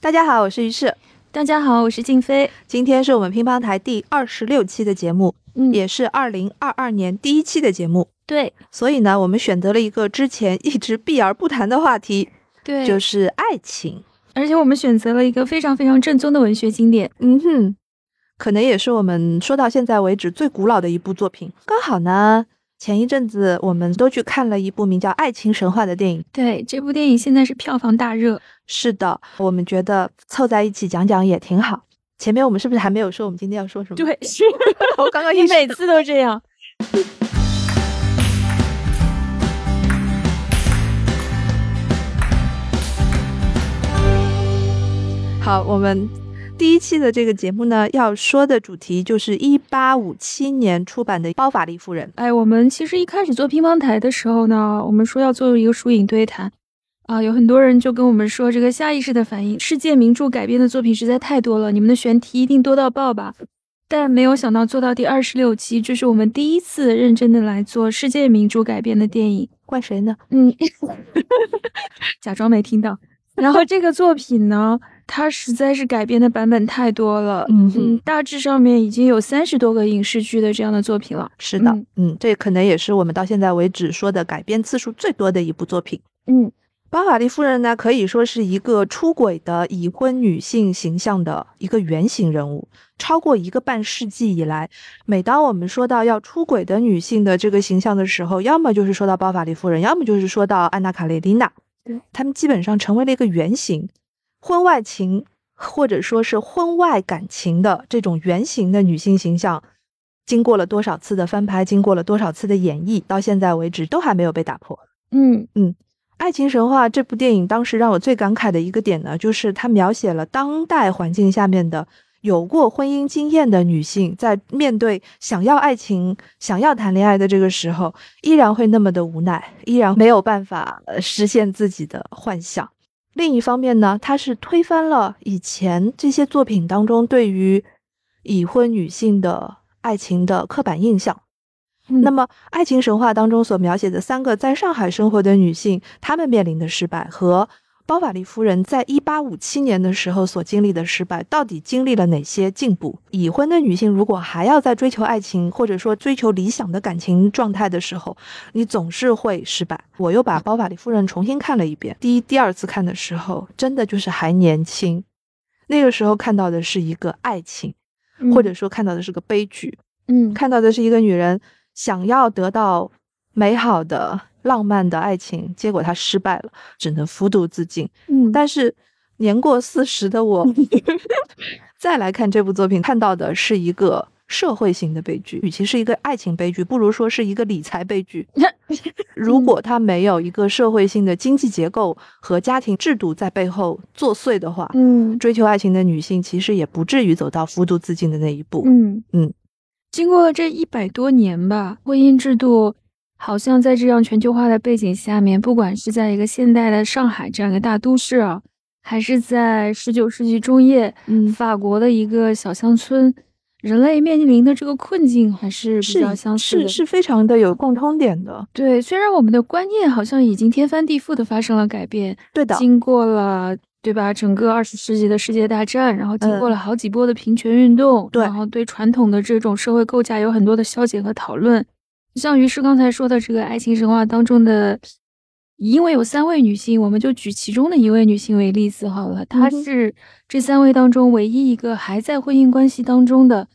大家好，我是于适。大家好，我是静飞。今天是我们乒乓台第二十六期的节目，嗯也是二零二二年第一期的节目。对所以呢，我们选择了一个之前一直避而不谈的话题，对，就是是爱情。而且我们选择了一个非常非常正宗的文学经典。嗯哼，可能也是我们说到现在为止最古老的一部作品。刚好呢，前一阵子我们都去看了一部名叫《爱情神话》的电影。对，这部电影现在是票房大热。是的，我们觉得凑在一起讲讲也挺好。前面我们是不是还没有说我们今天要说什么？，对，是 我刚刚 你意识每次都这样。好，我们第一期的这个节目呢，要说的主题就是一八五七年出版的《包法利夫人》。哎，我们其实一开始做乒乓台的时候呢，我们说要做一个书影对谈。啊，有很多人就跟我们说，这个下意识的反应，世界名著改编的作品实在太多了，你们的选题一定多到爆吧？但没有想到做到第二十六期，这是我们第一次认真的来做世界名著改编的电影。怪谁呢？嗯， 假装没听到。然后这个作品呢，它实在是改编的版本太多了，嗯哼嗯，大致上面已经有三十多个影视剧的这样的作品了，是的，嗯嗯这可能也是我们到现在为止说的改编次数最多的一部作品。嗯，包法利夫人呢，可以说是一个出轨的已婚女性形象的一个原型人物。超过一个半世纪以来，每当我们说到要出轨的女性的这个形象的时候，要么就是说到包法利夫人，要么就是说到安娜·卡列尼娜。对，她们基本上成为了一个原型，婚外情或者说是婚外感情的这种原型的女性形象，经过了多少次的翻拍，经过了多少次的演绎，到现在为止都还没有被打破。嗯， 《爱情神话》这部电影当时让我最感慨的一个点呢，就是它描写了当代环境下面的有过婚姻经验的女性，在面对想要爱情、想要谈恋爱的这个时候，依然会那么的无奈，依然没有办法呃实现自己的幻想。另一方面呢，它是推翻了以前这些作品当中对于已婚女性的爱情的刻板印象。那那么么，《爱情神话》当中所描写的三个在上海生活的女性，她们面临的失败和包法利夫人在一八五七年的时候所经历的失败，到底经历了哪些进步？已婚的女性如果还要在追求爱情或者说追求理想的感情状态的时候，你总是会失败。我又把《包法利夫人》重新看了一遍，第一、第二次看的时候，真的就是还年轻，那个时候看到的是一个爱情，或或者者说看到的是个悲剧。嗯看到的是一个女人想要得到美好的、浪漫的爱情，结果她失败了，只能服毒自尽。嗯但但是年过四十的我，再来看这部作品，看到的是一个社会性的悲剧，与其是一个爱情悲剧，不如说是一个理财悲剧。如果它没有一个社会性的经济结构和家庭制度在背后作祟的话，嗯追求爱情的女性其实也不至于走到服毒自尽的那一步。嗯嗯嗯，经过了这一百多年吧，婚姻制度好像在这样全球化的背景下面，不管是在一个现代的上海这样一个大都市啊，还是在十九世纪中叶嗯法国的一个小乡村，人类面临的这个困境还是比较相似是的。是非常的有共通点的，对，虽然我们的观念好像已经天翻地覆的发生了改变，对的，经过了对吧？整个二十世纪的世界大战，然后经嗯过了好几波的平权运动，对然后对传统的这种社会构架有很多的消解和讨论。就像于是刚才说的这个爱情神话当中的，因为有三位女性，我们就举其中的一位女性为例子好了。她嗯哼是这三位当中唯一一个还在婚姻关系当中的，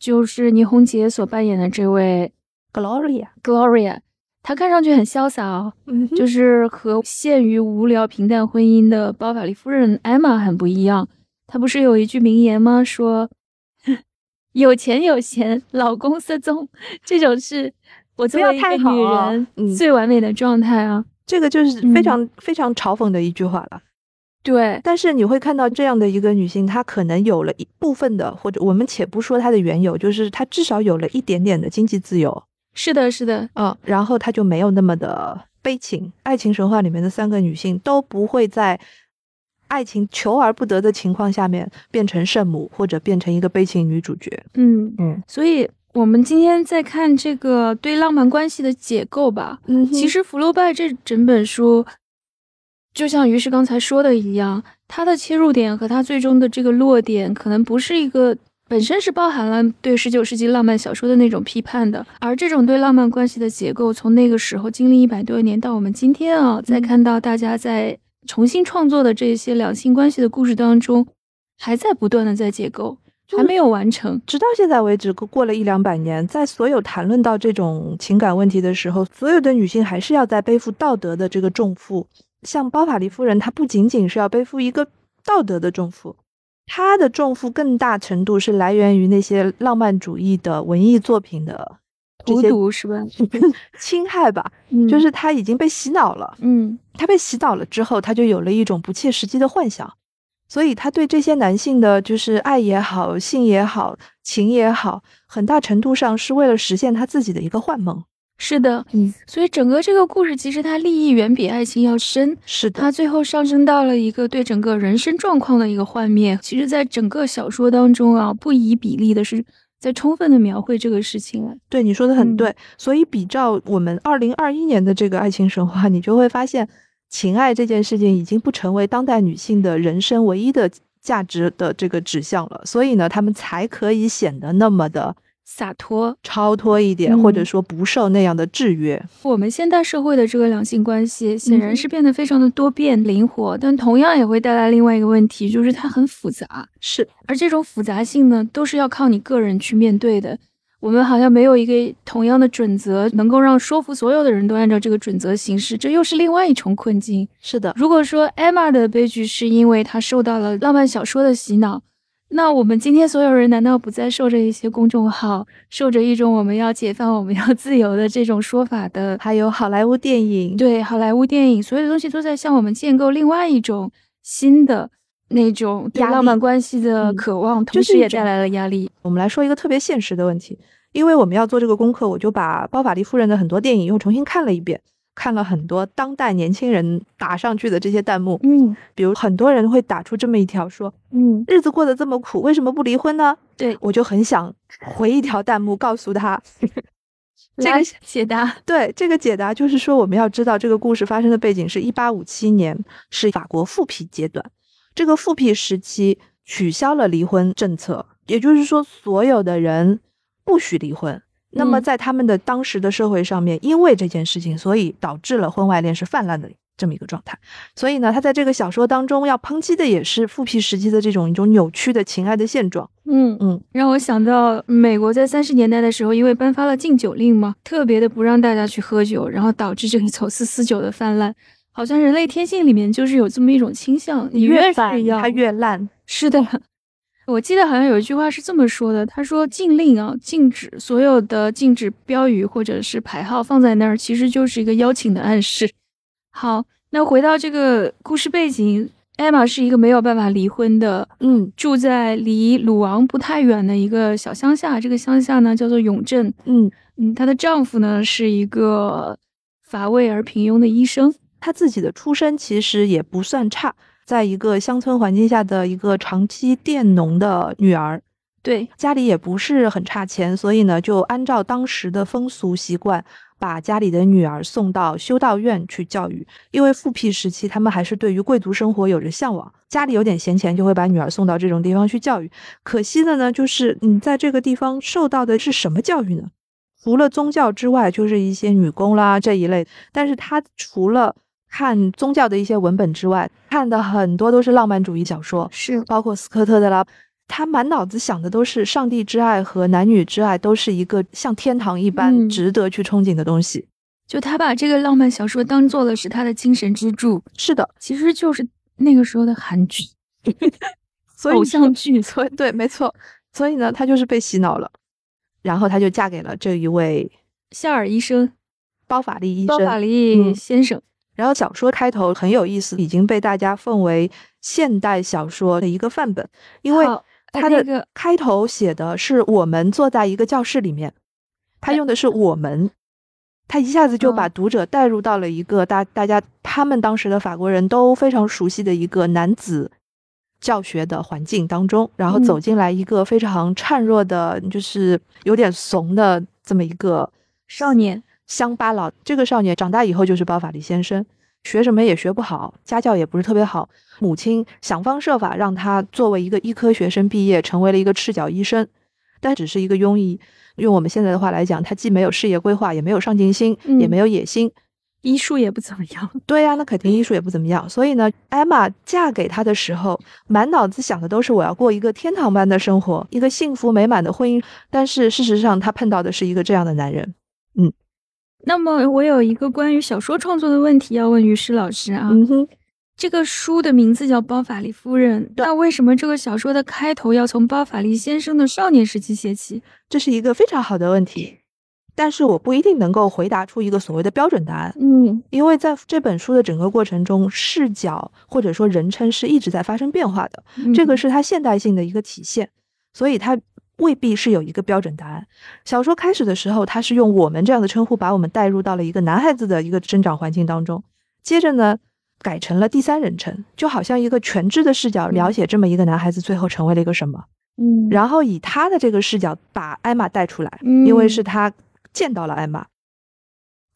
就是倪虹洁所扮演的这位 Gloria， Gloria。她看上去很潇洒哦，嗯就就是和陷于无聊平淡婚姻的包法利夫人艾玛很不一样。她不是有一句名言吗？说 有钱有闲，老公失踪，这种是我作为一不个要太好女啊人嗯最完美的状态啊。这个就是非常、非常嘲讽的一句话了。对，但是你会看到这样的一个女性，她可能有了一部分的，或者我们且不说她的缘由，就是她至少有了一点点的经济自由，是的，是的，嗯，然后她就没有那么的悲情。爱情神话里面的三个女性都不会在。爱情求而不得的情况下面，变成圣母或者变成一个悲情女主角。嗯嗯，所以我们今天在看这个对浪漫关系的解构吧。嗯其其实实《福楼拜》这整本书，就像于是刚才说的一样，它的切入点和它最终的这个落点，可能不是一个本身是包含了对十九世纪浪漫小说的那种批判的，而这种对浪漫关系的结构，从那个时候经历一百多年到我们今天啊，嗯再看到大家在重新创作的这些两性关系的故事当中，还在不断的在结构，还没有完成。直到现在为止，过过了一两百年，在所有谈论到这种情感问题的时候，所有的女性还是要在背负道德的这个重负。像包法利夫人，她不仅仅是要背负一个道德的重负，她的重负更大程度是来源于那些浪漫主义的文艺作品的 这荼些毒是吧？侵害吧。嗯就是她已经被洗脑了，嗯她被洗脑了之后，她就有了一种不切实际的幻想，所以她对这些男性的就是爱也好、性也好、情也好，很大程度上是为了实现她自己的一个幻梦。是的，嗯，所以整个这个故事其实它利益远比爱情要深，是的，它最后上升到了一个对整个人生状况的一个幻灭。其实，在整个小说当中啊，不遗比例的是在充分的描绘这个事情啊。对你说的很嗯对。所以比照我们二零二一年的这个爱情神话，你就会发现，情爱这件事情已经不成为当代女性的人生唯一的价值的这个指向了。所以呢，她们才可以显得那么的洒脱，超脱一点，或者嗯说不受那样的制约。我们现代社会的这个两性关系显嗯哼然是变得非常的多变、灵活，但同样也会带来另外一个问题，就是它很复杂，是而这种复杂性呢，都是要靠你个人去面对的。我们好像没有一个同样的准则，能够让说服所有的人都按照这个准则行事，这又是另外一重困境。是的，如果说 Emma 的悲剧是因为她受到了浪漫小说的洗脑，那我们今天所有人难道不再受着一些公众号，受着一种我们要解放、我们要自由的这种说法的？还有好莱坞电影，对，好莱坞电影，所有的东西都在向我们建构另外一种新的那种对压力浪漫关系的嗯渴望，就同是时一也种带来了压力。我们来说一个特别现实的问题，因为我们要做这个功课，我就把包法利夫人的很多电影又重新看了一遍，看了很多当代年轻人打上去的这些弹幕，嗯比如很多人会打出这么一条说：“嗯，日子过得这么苦，为什么不离婚呢？”对我就很想回一条弹幕告诉他，这个来解答，对这个解答就是说，我们要知道这个故事发生的背景是一八五七年，是法国复辟阶段。这个复辟时期取消了离婚政策，也就是说，所有的人不许离婚。那么嗯在他们的当时的社会上面，因为这件事情，所以导致了婚外恋是泛滥的这么一个状态。所以呢，他在这个小说当中要抨击的也是复辟时期的这种一种扭曲的情爱的现状。嗯嗯，让我想到美国在三十年代的时候，因为颁发了禁酒令嘛，特别的不让大家去喝酒，然后导致这个走私私酒的泛滥。好像人类天性里面就是有这么一种倾向，你越反是要它越烂。 是的。我记得好像有一句话是这么说的，他说禁令啊，禁止所有的禁止标语或者是牌号放在那儿，其实就是一个邀请的暗示。好，那回到这个故事背景，艾玛是一个没有办法离婚的嗯住在离鲁昂不太远的一个小乡下，这个乡下呢叫做永镇。嗯，嗯，她的丈夫呢是一个乏味而平庸的医生。他自己的出身其实也不算差，在一个乡村环境下的一个长期佃农的女儿，对，家里也不是很差钱，所以呢，就按照当时的风俗习惯，把家里的女儿送到修道院去教育。因为复辟时期，他们还是对于贵族生活有着向往，家里有点闲钱就会把女儿送到这种地方去教育。可惜的呢，就是你在这个地方受到的是什么教育呢？除了宗教之外，就是一些女工啦这一类。但是他除了看宗教的一些文本之外，看的很多都是浪漫主义小说，是包括斯科特的啦，他满脑子想的都是上帝之爱和男女之爱，都是一个像天堂一般嗯值得去憧憬的东西。就她把这个浪漫小说当做了是她的精神支柱，是的，其实就是那个时候的韩剧、所偶以像剧。所以对，没错，所以呢，她就是被洗脑了，然后她就嫁给了这一位夏尔医生，包法利医包生。法利嗯先生，然后小说开头很有意思，已经被大家奉为现代小说的一个范本，因为好呃它那的个开头写的是我们坐在一个教室里面，哎他用的是我们，他一下子就把嗯读者带入到了一个大大家他们当时的法国人都非常熟悉的一个男子教学的环境当中，然后嗯走进来一个非常孱弱的，就是有点怂的这么一个少年，乡巴佬。这个少年长大以后就是包法利先生。学什么也学不好，家教也不是特别好，母亲想方设法让他作为一个医科学生毕业，成为了一个赤脚医生，但只是一个庸医。用我们现在的话来讲，他既没有事业规划，也没有上进心，嗯也没有野心。医术也不怎么样。对呀、那肯定医术也不怎么样。所以呢，艾玛嫁给他的时候，满脑子想的都是我要过一个天堂般的生活，一个幸福美满的婚姻。但是事实上，她碰到的是一个这样的男人。 那么，我有一个关于小说创作的问题要问于师老师啊。嗯哼，这个书的名字叫《包法利夫人》，对那为什么这个小说的开头要从包法利先生的少年时期写起？这是一个非常好的问题，但是我不一定能够回答出一个所谓的标准答案。嗯因为在这本书的整个过程中，视角或者说人称是一直在发生变化的，嗯这个是它现代性的一个体现，所以它未必是有一个标准答案。小说开始的时候，它是用我们这样的称呼把我们带入到了一个男孩子的一个生长环境当中，接着呢。改成了第三人称，就好像一个全知的视角描写这么一个男孩子最后成为了一个什么，嗯，然后以他的这个视角把艾玛带出来，嗯因为是他见到了艾玛。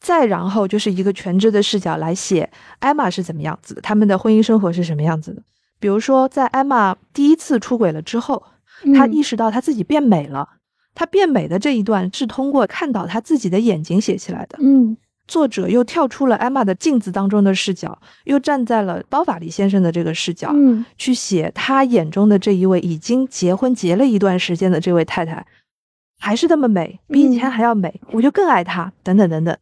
再然后就是一个全知的视角来写艾玛是怎么样子的，他们的婚姻生活是什么样子的。比如说，在艾玛第一次出轨了之后，她嗯意识到她自己变美了。她变美的这一段是通过看到她自己的眼睛写起来的。嗯作者又跳出了艾玛的镜子当中的视角，又站在了包法利先生的这个视角，嗯去写他眼中的这一位已经结婚结了一段时间的这位太太，还是那么美，比以前嗯还要美，我就更爱她，等等等等，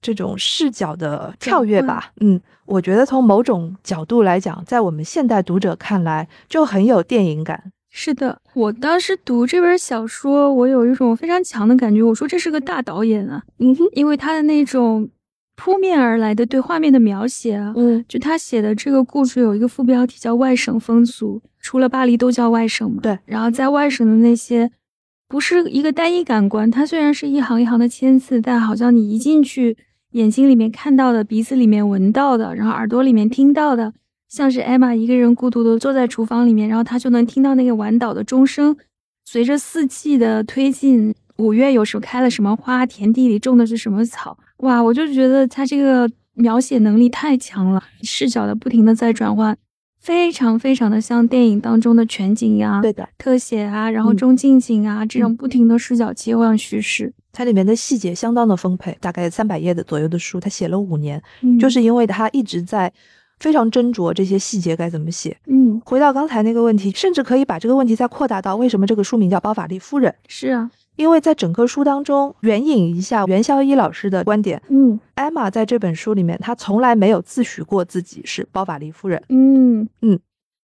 这种视角的跳跃吧，嗯，我觉得从某种角度来讲，在我们现代读者看来就很有电影感，是的，我当时读这本小说，我有一种非常强的感觉，我说这是个大导演啊，嗯哼，因为他的那种扑面而来的对画面的描写啊，嗯就他写的这个故事有一个副标题叫《外省风俗》，除了巴黎都叫外省嘛。对。然后在外省的那些，不是一个单一感官，它虽然是一行一行的签字，但好像你一进去，眼睛里面看到的，鼻子里面闻到的，然后耳朵里面听到的，像是艾玛一个人孤独的坐在厨房里面，然后她就能听到那个晚岛的钟声。随着四季的推进，五月有时候开了什么花，田地里种的是什么草，哇，我就觉得他这个描写能力太强了，视角的不停的在转换，非常非常的像电影当中的全景呀、对的，特写啊，然后嗯中近景啊，这种不停的视角切换叙事，它里面的细节相当的丰沛，大概三百页的左右的书，他写了五年，嗯就是因为他一直在非常斟酌这些细节该怎么写。嗯，回到刚才那个问题，甚至可以把这个问题再扩大到为什么这个书名叫《包法利夫人》。是啊，因为在整个书当中，援引一下袁孝一老师的观点，嗯艾玛在这本书里面，她从来没有自诩过自己是包法利夫人。嗯嗯，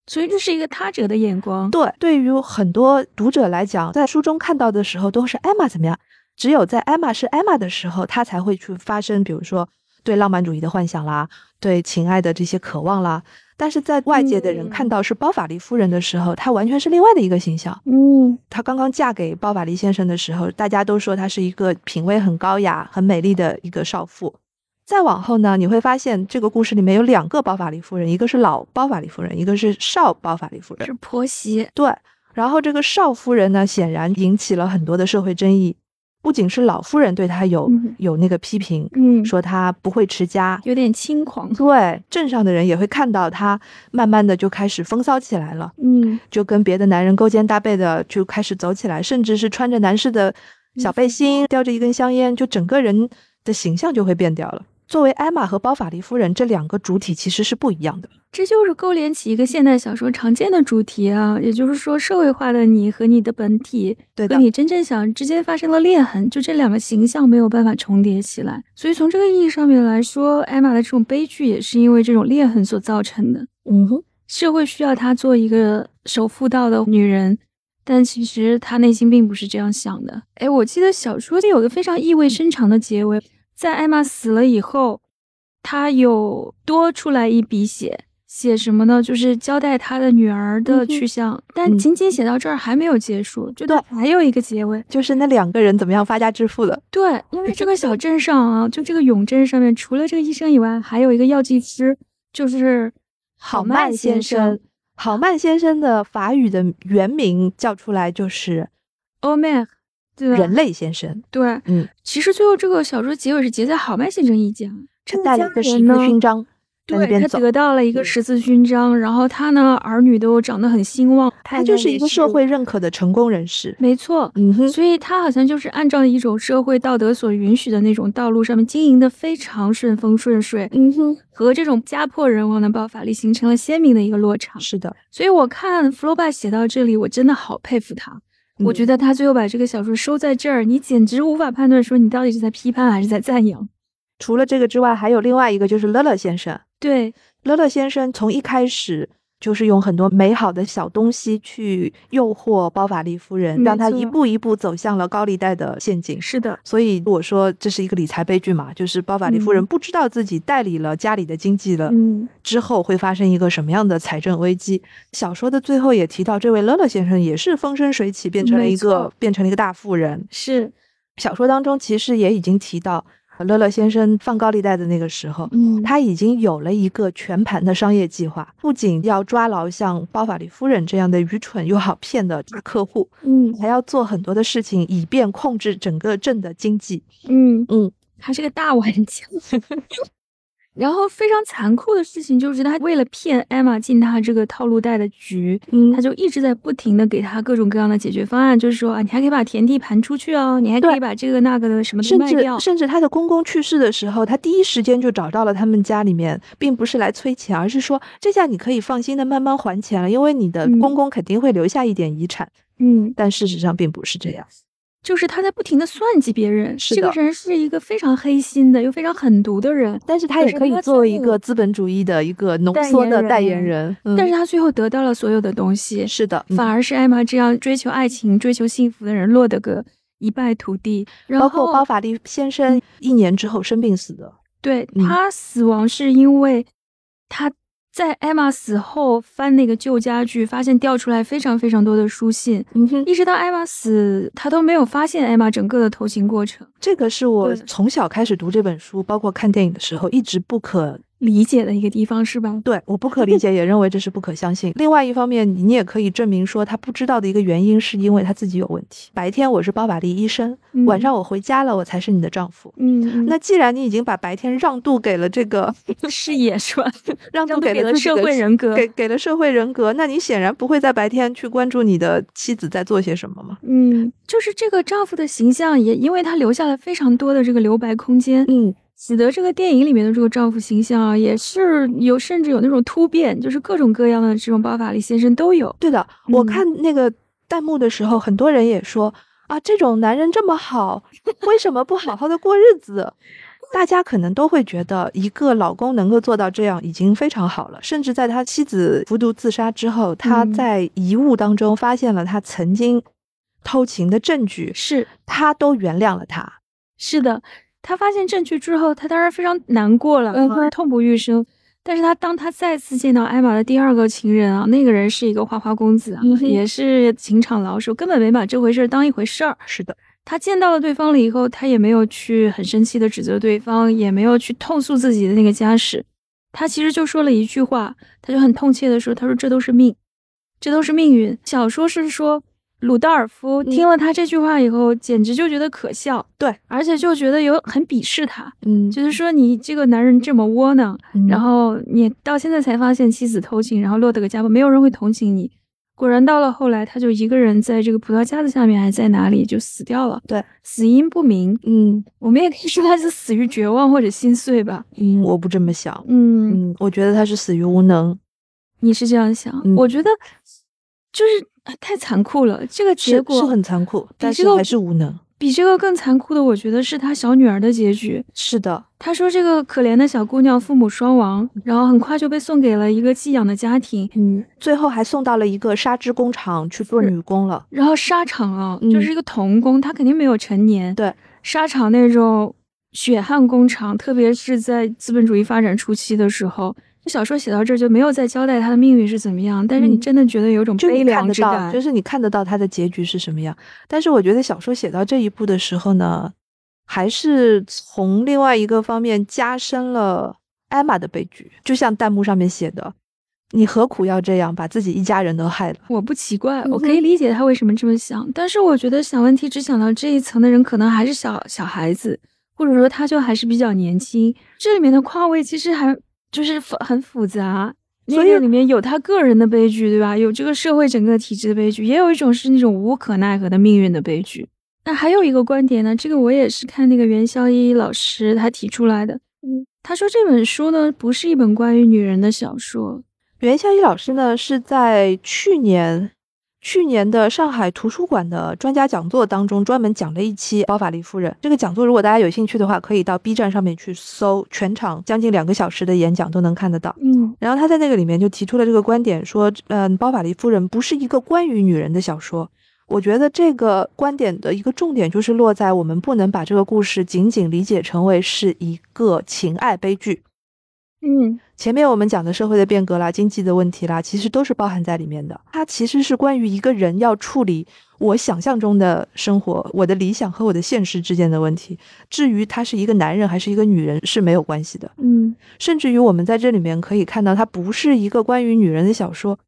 所以这是一个他者的眼光，对，对于很多读者来讲，在书中看到的时候都是艾玛怎么样，只有在艾玛是艾玛的时候，她才会去发生，比如说对浪漫主义的幻想啦，对情爱的这些渴望啦。但是在外界的人嗯看到是包法利夫人的时候，她完全是另外的一个形象。嗯她刚刚嫁给包法利先生的时候，大家都说她是一个品味很高雅、很美丽的一个少妇。再往后呢，你会发现这个故事里面有两个包法利夫人，一个是老包法利夫人，一个是少包法利夫人是。婆媳，对，然后这个少夫人呢，显然引起了很多的社会争议，不仅是老夫人对她有、嗯有那个批评，嗯，说她不会持家，有点轻狂，对，镇上的人也会看到她慢慢的就开始风骚起来了。嗯就跟别的男人勾肩搭背的就开始走起来，甚至是穿着男士的小背心，叼着一根香烟，就整个人的形象就会变掉了。作为艾玛和包法利夫人这两个主体其实是不一样的， 这就是勾连起一个现代小说常见的主题啊，也就是说，社会化的你和你的本体，对的和，你真正想之间发生了裂痕，就这两个形象没有办法重叠起来。所以从这个意义上面来说，艾玛的这种悲剧也是因为这种裂痕所造成的。嗯哼，社会需要她做一个守妇道的女人，但其实她内心并不是这样想的。哎，我记得小说里有个非常意味深长的结尾，在艾玛死了以后，她有多出来一笔血，写什么呢？就是交代她的女儿的嗯哼去向，但嗯仅仅写到这儿还没有结束，就它还有一个结尾。就是那两个人怎么样发家致富的，对，因为这个小镇上啊，就这个永镇上面，除了这个医生以外，还有一个药剂师，就是好曼先生。好曼先生的法语的原名叫出来就是欧曼，对啊吧？人类先生，对，嗯，其实最后这个小说结尾是结在好麦先生一家，他带了一个这十家字人呢勋章，在那对边他走。得到了一个十字勋章，然后他呢儿女都长得很兴旺，他就是一个社，会认可的成功人士。没错，嗯哼，所以他好像就是按照一种社会道德所允许的那种道路上面经营的非常顺风顺水，嗯哼，和这种家破人亡的爆发力形成了鲜明的一个落差。是的，所以我看弗洛爸写到这里，我真的好佩服他。我觉得得他最后把这个小说收在这儿，你简直无法判断说你到底是在批判还是在赞扬。除了这个之外，还有另外一个就是乐乐先生。对，乐乐先生从一开始就是用很多美好的小东西去诱惑包法利夫人，没让她一错步一步走向了高利贷的陷阱。是的，所以我说这是一个理财悲剧嘛，就是包法利夫人嗯不知道自己代理了家里的经济了，嗯，之后会发生一个什么样的财政危机。小说的最后也提到，这位乐乐先生也是风生水起，变成了一没个错变成了一个大富人。是，小说当中其实也已经提到，乐乐先生放高利贷的那个时候，嗯，他已经有了一个全盘的商业计划，不仅要抓牢像包法利夫人这样的愚蠢又好骗的大客户，嗯还要做很多的事情以便控制整个镇的经济。嗯嗯，他是个大玩家。 然后非常残酷的事情就是，他为了骗艾玛进他这个套路贷的局，嗯他就一直在不停的给他各种各样的解决方案，就是说啊，你还可以把田地盘出去哦，你还可以对把这个那个的什么都甚卖至掉，甚至他的公公去世的时候，他第一时间就找到了他们家里面，并不是来催钱，而是说这下你可以放心的慢慢还钱了，因为你的嗯公公肯定会留下一点遗产。嗯，但事实上并不是这样。就是他在不停的算计别人。是这个的人是一个非常黑心的又非常狠毒的人，但是他可也是可以他作为一最个后资本主义的一个浓代缩言的人代啊言人，嗯、但是他最后得到了所有的东西，是的，嗯反而是艾玛这样追求爱情、追求幸福的人落得个一败涂地。然包后嗯括包法利先生一年之后生病死的，对嗯他死亡是因为他在艾玛死后翻那个旧家具，发现掉出来非常非常多的书信，嗯哼，一直到艾玛死，他都没有发现艾玛整个的偷情过程。这个是我对从小开始读这本书，包括看电影的时候，一直不可理解的一个地方是吧？对，我不可理解，也认为这是不可相信。另外一方面，你也可以证明说他不知道的一个原因，是因为他自己有问题。白天我是包法利医生，嗯晚上我回家了，我才是你的丈夫。嗯，那既然你已经把白天让渡给了这个，那视野 是吧？让渡让渡给了了自己社的会人格给给了社会人格，那你显然不会在白天去关注你的妻子在做些什么嘛？嗯，就是这个丈夫的形象，也因为他留下了非常多的这个留白空间，嗯，使得这个电影里面的这个丈夫形象啊，也是有甚至有那种突变，就是各种各样的这种包法利先生都有。对的，我嗯看那个弹幕的时候，很多人也说啊，这种男人这么好，为什么不好好的过日子？大家可能都会觉得，一个老公能够做到这样已经非常好了。甚至在他妻子服毒自杀之后，他嗯在遗物当中发现了他曾经偷情的证据，是他都原谅了他。是的，他发现证据之后，他当然非常难过了，嗯哼痛不欲生。但是他当他再次见到艾玛的第二个情人啊，那个人是一个花花公子啊，嗯哼也是情场老手，根本没把这回事儿当一回事儿。是的，他见到了对方了以后，他也没有去很生气的指责对方，也没有去痛诉自己的那个家史，他其实就说了一句话，他就很痛切的说：“他说这都是命，这都是命运。”小说是说鲁道尔夫听了他这句话以后，简直就觉得可笑，对，而且就觉得有很鄙视他，嗯，就是说你这个男人这么窝囊，嗯然后你到现在才发现妻子偷情，然后落得个家破，没有人会同情你。果然到了后来，他就一个人在这个葡萄架子下面，还在哪里就死掉了。对，死因不明。嗯我们也可以说他是死于绝望或者心碎吧。嗯，我不这么想。嗯，嗯，我觉得他是死于无能。你是这样想？嗯我觉得就是啊太残酷了。这个结是果是很残酷，但这是个还是无能。比这个更残酷的，我觉得是他小女儿的结局。是的，他说，这个可怜的小姑娘父母双亡，然后很快就被送给了一个寄养的家庭。嗯，最后还送到了一个纱织工厂去做是女工了。然后沙场啊，嗯就是一个童工，他肯定没有成年。对，沙场那种血汗工厂，特别是在资本主义发展初期的时候，小说写到这儿就没有再交代他的命运是怎么样，但是你嗯真的觉得有种就你悲看凉得之到，感。就是你看得到他的结局是什么样。但是我觉得小说写到这一步的时候呢，还是从另外一个方面加深了艾玛的悲剧。就像弹幕上面写的，你何苦要这样把自己一家人都害了？我不奇怪，嗯我可以哼理解他为什么这么想，但是我觉得想问题只想到这一层的人，可能还是小小孩子，或者说他就还是比较年轻。这里面的跨位其实还就是复很复杂。那所以个里面有他个人的悲剧，对吧？有这个社会整个体制的悲剧，也有一种是那种无可奈何的命运的悲剧。那还有一个观点呢，这个我也是看那个袁肖一老师他提出来的。嗯，他说这本书呢不是一本关于女人的小说，袁孝一老师呢是在去年去年的上海图书馆的专家讲座当中专门讲了一期《包法利夫人》这个讲座，如果大家有兴趣的话，可以到 B 站上面去搜，全场将近两个小时的演讲都能看得到。嗯，然后他在那个里面就提出了这个观点，说，嗯、包法利夫人不是一个关于女人的小说。我觉得这个观点的一个重点就是落在我们不能把这个故事仅仅理解成为是一个情爱悲剧。嗯，前面我们讲的社会的变革啦、经济的问题啦，其实都是包含在里面的。它其实是关于一个人要处理我想象中的生活、我的理想和我的现实之间的问题。至于他是一个男人还是一个女人是没有关系的。嗯，甚至于我们在这里面可以看到，它不是一个关于女人的小说，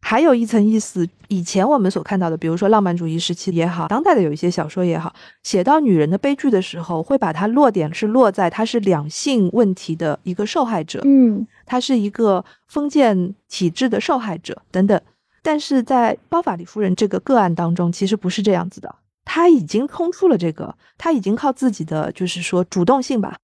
还有一层意思。以前我们所看到的，比如说浪漫主义时期也好，当代的有一些小说也好，写到女人的悲剧的时候，会把它落点是落在她是两性问题的一个受害者，嗯，她是一个封建体制的受害者等等。但是在包法利夫人这个个案当中，其实不是这样子的。她已经冲出了这个，她已经靠自己的就是说主动性吧，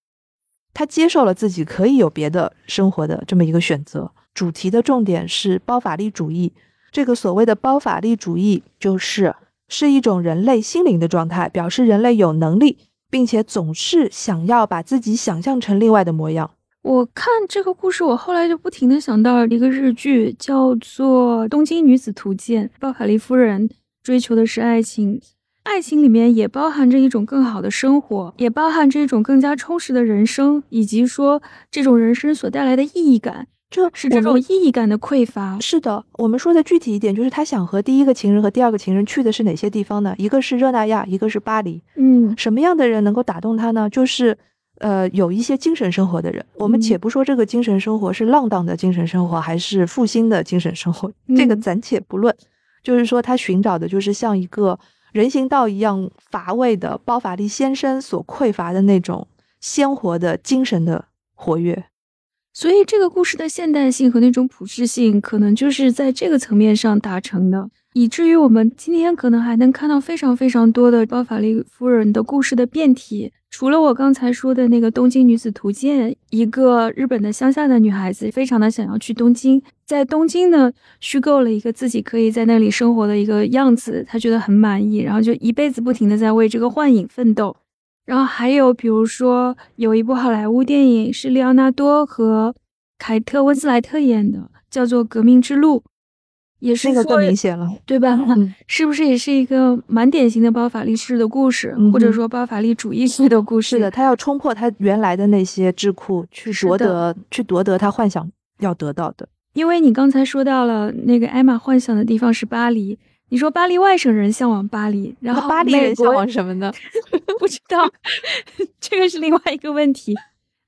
她接受了自己可以有别的生活的这么一个选择。主题的重点是包法利主义，这个所谓的包法利主义就是是一种人类心灵的状态，表示人类有能力，并且总是想要把自己想象成另外的模样。我看这个故事，我后来就不停的想到一个日剧，叫做《东京女子图鉴》，鲍法利夫人追求的是爱情，爱情里面也包含着一种更好的生活，也包含着一种更加充实的人生，以及说这种人生所带来的意义感，这是这我们种意义感的匮乏。是的，我们说的具体一点，就是他想和第一个情人和第二个情人去的是哪些地方呢？一个是热那亚，一个是巴黎。嗯什么样的人能够打动他呢？就是，呃，有一些精神生活的人。我们嗯且不说这个精神生活是浪荡的精神生活，还是复兴的精神生活，这个嗯暂且不论。就是说，他寻找的就是像一个人行道一样乏味的包法利先生所匮乏的那种鲜活的精神的活跃。所以这个故事的现代性和那种普适性，可能就是在这个层面上达成的，以至于我们今天可能还能看到非常非常多的包法利夫人的故事的变体。除了我刚才说的那个《东京女子图鉴》，一个日本的乡下的女孩子，非常的想要去东京，在东京呢虚构了一个自己可以在那里生活的一个样子，她觉得很满意，然后就一辈子不停的在为这个幻影奋斗。然后还有比如说有一部好莱坞电影是里奥纳多和凯特温斯莱特演的，叫做《革命之路》，也是那个说更明显了，对吧？嗯 是不是也是一个蛮典型的包法利式的故事，嗯哼或者说包法利主义式的故事？是的，，他要冲破他原来的那些桎梏，去嗯是夺的得，去夺得他幻想要得到的。因为你刚才说到了那个艾玛幻想的地方是巴黎，你说巴黎外省人向往巴黎，然那后啊巴黎美人国向往什么呢？不知道， 这个是另外一个问题。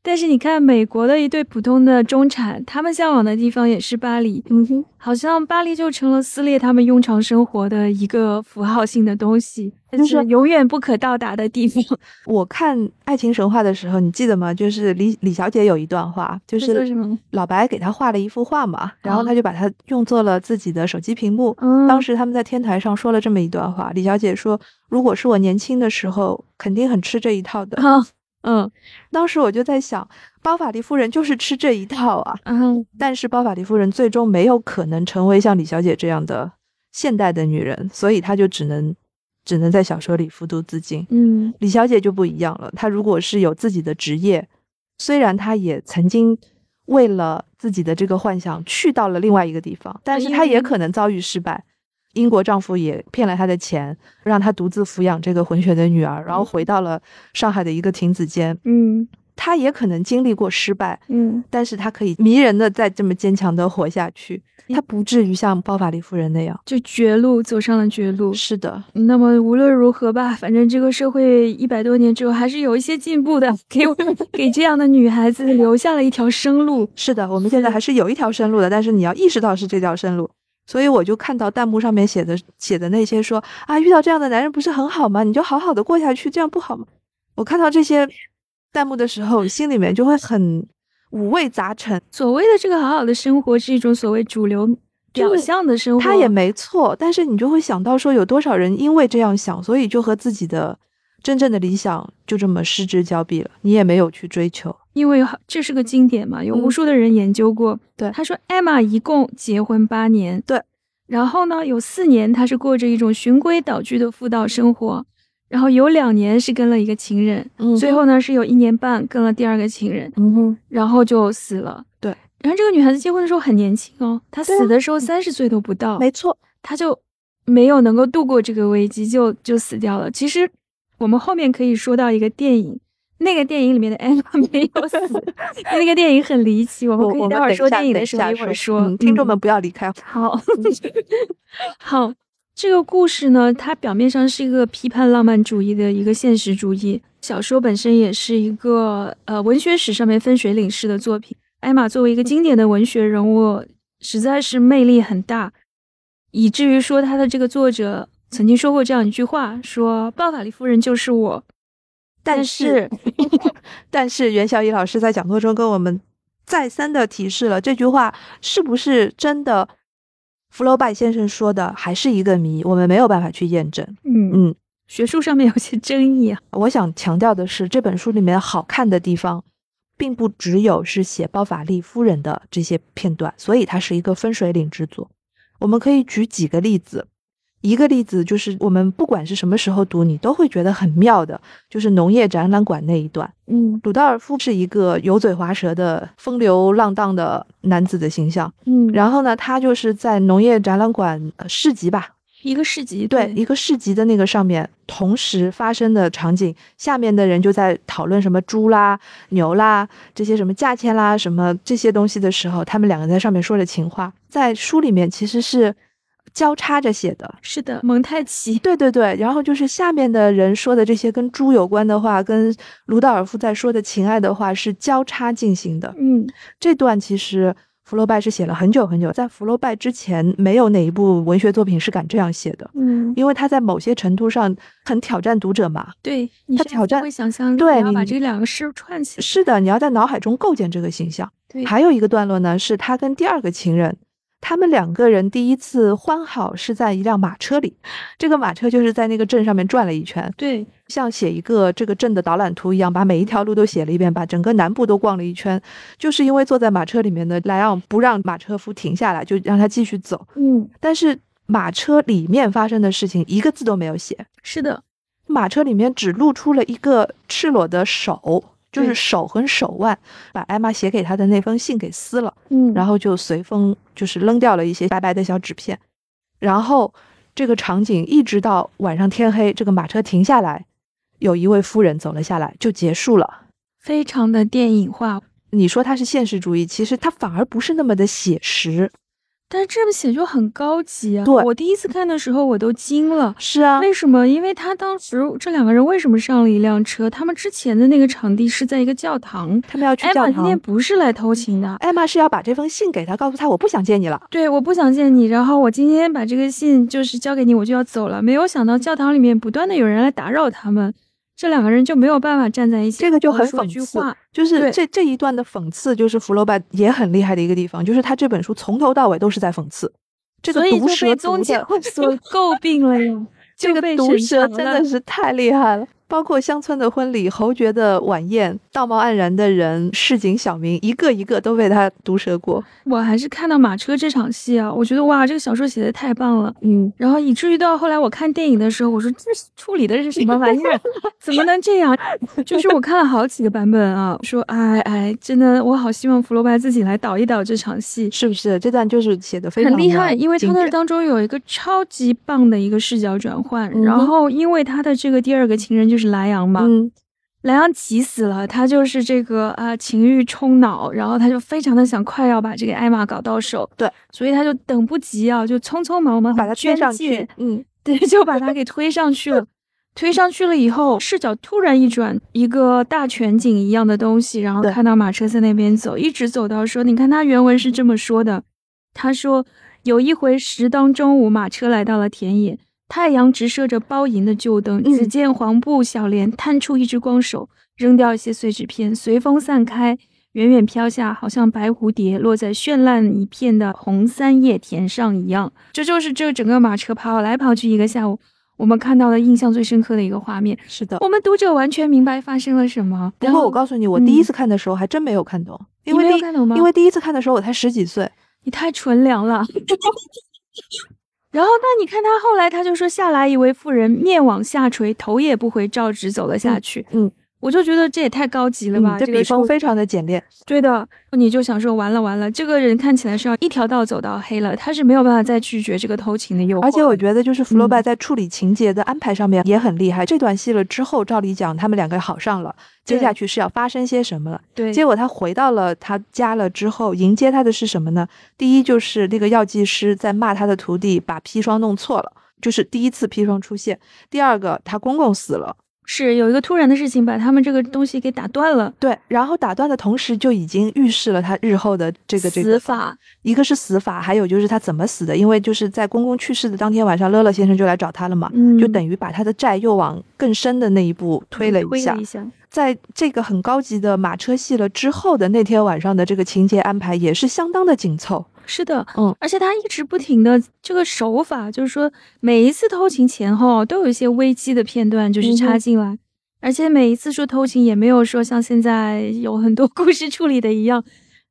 但是你看，美国的一对普通的中产，他们向往的地方也是巴黎，嗯哼，好像巴黎就成了撕裂他们庸常生活的一个符号性的东西，就是是永远不可到达的地方。 我看《爱情神话》的时候，你记得吗？就是李李小姐有一段话，就说什是么？哦老白给她画了一幅画嘛，然后她就把它用作了自己的手机屏幕。嗯，当时他们在天台上说了这么一段话，李小姐说：“如果是我年轻的时候，肯定很吃这一套的。啊，嗯”当时我就在想，包法利夫人就是吃这一套啊。嗯，但是包法利夫人最终没有可能成为像李小姐这样的现代的女人，所以她就只能只能在小说里复读自尽。嗯，李小姐就不一样了，她如果是有自己的职业，虽然她也曾经为了自己的这个幻想去到了另外一个地方，但是她也可能遭遇失败。英国丈夫也骗了她的钱，让她独自抚养这个混血的女儿，然后回到了上海的一个亭子间。嗯，她也可能经历过失败，嗯，但是她可以迷人的再这么坚强的活下去，她不至于像包法利夫人那样。就绝路走上了绝路。是的，那么无论如何吧，反正这个社会一百多年之后还是有一些进步的，给我给这样的女孩子留下了一条生路。是的，我们现在还是有一条生路的，但是你要意识到是这条生路。所以我就看到弹幕上面写的写的那些说啊，遇到这样的男人不是很好吗？你就好好的过下去，这样不好吗？我看到这些弹幕的时候，心里面就会很五味杂陈。所谓的这个好好的生活，是一种所谓主流就是表象的生活。它也没错，但是你就会想到说，有多少人因为这样想，所以就和自己的真正的理想就这么失之交臂了，你也没有去追求。因为这是个经典嘛，有嗯无数的人研究过。对他说艾玛一共结婚八年，对，然后呢，有四年她是过着一种循规蹈矩的妇道生活，然后有两年是跟了一个情人，嗯最后呢是有一年半跟了第二个情人，嗯哼，然后就死了。对，然后这个女孩子结婚的时候很年轻哦，她对啊死的时候三十岁都不到，没错，她就没有能够度过这个危机，就就死掉了。其实我们后面可以说到一个电影，那个电影里面的 Emma 没有死，因为那个电影很离奇。我们我可以我待们等会儿一说下电影等的一时候下一会儿说说，嗯听众嗯们不要离开。好好，这个故事呢，它表面上是一个批判浪漫主义的一个现实主义小说，本身也是一个呃文学史上面分水岭式的作品。艾玛作为一个经典的文学人物，实在是魅力很大，以至于说他的这个作者曾经说过这样一句话：说鲍法利夫人就是我。但但 是， 但是袁小乙老师在讲座中跟我们再三的提示了这句话是不是真的。福楼拜先生说的还是一个谜，我们没有办法去验证。嗯嗯，学术上面有些争议啊。我想强调的是，这本书里面好看的地方，并不只有是写包法利夫人的这些片段，所以它是一个分水岭之作。我们可以举几个例子，一个例子就是我们不管是什么时候读，你都会觉得很妙的，就是农业展览馆那一段。嗯鲁道尔夫是一个油嘴滑舌的、风流浪荡的男子的形象，嗯然后然后呢，他就是在农业展览馆、呃市集吧，一个市集，对，一个市集的那个上面同时发生的场景，下面的人就在讨论什么猪啦、牛啦这些什么价钱啦、什么这些东西的时候，他们两个在上面说着情话，在书里面其实是交叉着写的。是的，蒙太奇。对对对，然后就是下面的人说的这些跟猪有关的话，跟卢道尔夫在说的情爱的话是交叉进行的。嗯，这段其实福楼拜是写了很久很久，在福楼拜之前，没有哪一部文学作品是敢这样写的。嗯，因为他在某些程度上很挑战读者嘛。对，你它甚挑至战会想象力，对然后把你这两个事串起来。是的，你要在脑海中构建这个形象。对，还有一个段落呢，是他跟第二个情人，他们两个人第一次欢好是在一辆马车里，这个马车就是在那个镇上面转了一圈，对，像写一个这个镇的导览图一样，把每一条路都写了一遍，把整个南部都逛了一圈。就是因为坐在马车里面的莱昂不让马车夫停下来，就让他继续走，嗯，但是马车里面发生的事情一个字都没有写。是的，马车里面只露出了一个赤裸的手，就对是手和手腕，把艾玛写给他的那封信给撕了，嗯然后后就随风就是扔掉了一些白白的小纸片，然后这个场景一直到晚上天黑，这个马车停下来，有一位夫人走了下来，就结束了。非常的电影化，你说它是现实主义，其实它反而不是那么的写实。但是这么写就很高级啊。对我第一次看的时候我都惊了。是啊，为什么？因为他当时这两个人为什么上了一辆车？他们之前的那个场地是在一个教堂。他们要去艾玛教今堂。天不是来偷情的，艾玛是要把这封信给他，告诉他我不想见你了。对，我不想见你。然后我今天把这个信就是交给你，我就要走了。没有想到教堂里面不断的有人来打扰他们，这两个人就没有办法站在一起，这个就然后很说讽句刺话。就是对这这一段的讽刺，就是福楼拜也很厉害的一个地方，就是他这本书从头到尾都是在讽刺。这个所以毒就舌被毒宗教的， 所诟病了 呀。这就个被毒审舌查真了的是太厉害了。包括乡村的婚礼、侯爵的晚宴、道貌岸然的人、市井小民，一个一个都被他毒舌过。我还是看到马车这场戏啊，我觉得哇，这个小说写的太棒了。嗯，然后以至于到后来我看电影的时候，我说这是处理的是什么玩意儿？ 怎么能这样？ 就是我看了好几个版本啊，说哎哎，真的，我好希望福楼拜自己来导一导这场戏，是不是？这段就是写的非常很厉的害，因为他经那典当中有一个超级棒的一个视角转换。嗯哼然后因为他的这个第二个情人就是莱昂嘛，嗯，莱昂急死了，他就是这个啊、情欲冲脑，然后他就非常的想快要把这个艾玛搞到手，对，所以他就等不及啊，就匆匆忙忙把他追推上去，，嗯，对，就把他给推上 去了。推上去了以后，视角突然一转，一个大全景一样的东西，然后对看到马车在那边走，一直走到说，你看他原文是这么说的，他说有一回时当中午，马车来到了田野，太阳直射着包银的旧灯，嗯只见黄布小莲探出一只光手，扔掉一些碎纸片，随风散开。远远飘下，好像白蝴蝶落在绚烂一片的红三叶田上一样。这就是这整个马车跑来跑去一个下午，我们看到的印象最深刻的一个画面。是的。我们读者完全明白发生了什么。不过我告诉诉你，我第一嗯次看的时候还真没有看懂，因你没为有第看懂吗因为第一次看的时候我才十几岁，你太纯良了。 然后，那你看他后来，他就说下来一位妇人面往下垂，头也不回，照直走了下去。嗯嗯我就觉得这也太高级了吧，嗯，这这个笔锋书非常的简练。对的，你就想说完了完了，这个人看起来是要一条道走到黑了，他是没有办法再拒绝这个偷情的诱惑。而且我觉得，就是弗洛拜嗯在处理情节的安排上面也很厉害。这段戏了之后，照理讲他们两个好上了，接对下去是要发生些什么了。对，结果他回到了他家了之后，迎接他的是什么呢？第一就是那个药剂师在骂他的徒弟把砒霜弄错了，就是第一次砒霜出现。第二个，他公公死了，是有一个突然的事情把他们这个东西给打断了。对，然后打断的同时就已经预示了他日后的这个这个死法，一个是死法，还有就是他怎么死的，因为就是在公公去世的当天晚上，乐乐先生就来找他了嘛，嗯，就等于把他的债又往更深的那一步推了一推下。了一下，在这个很高级的马车戏了之后的那天晚上的这个情节安排也是相当的紧凑，是的，嗯，而且他一直不停的这个手法，就是说每一次偷情前后都有一些危机的片段，就是嗯插哼进来，而且每一次说偷情也没有说像现在有很多 故事处理的一样，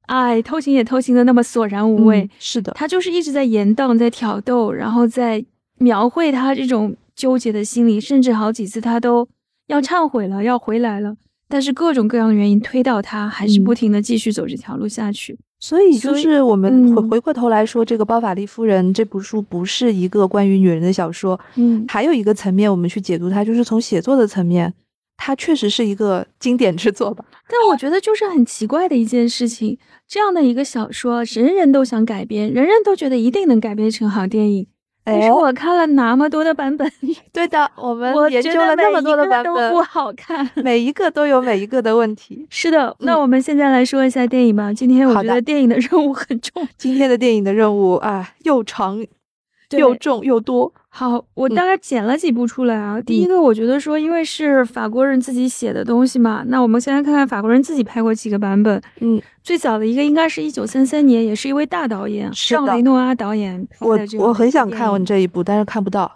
哎，偷情也偷情的那么索然无味，嗯是的，他就是一直在延宕，在挑逗，然后在描绘他这种纠结的心理，甚至好几次他都要忏悔了，要回来了，但是各种各样的原因推到他还是嗯不停的继续走这条路下去。所以就所以是我们回嗯回过头来说，这个《包法利夫人》这部书不是一个关于女人的小说，嗯，还有一个层面我们去解读它，就是从写作的层面，它确实是一个经典之作吧。但我觉得就是很奇怪的一件事情，这样的一个小说，人人都想改编，人人都觉得一定能改编成好电影。但哦是我看了那么多的版本， 对的，我我们觉研得究了那么多的每一版个本，都不好看。每一个都有每一个的问题。是的，那嗯我们现在来说一下电影吧。今天我好觉的得电影的任务很重。今天的电影的任务啊，又长对又重又多。好，我嗯大概剪了几部出来啊。第一个，我觉得说，因为是法国人自己写的东西嘛，那我们先来看看法国人自己拍过几个版本。嗯，最早的一个应该是一九三三年，也是一位大导演是尚的雷诺阿导演拍我的这个我很想电看影完这一部，但是看不到。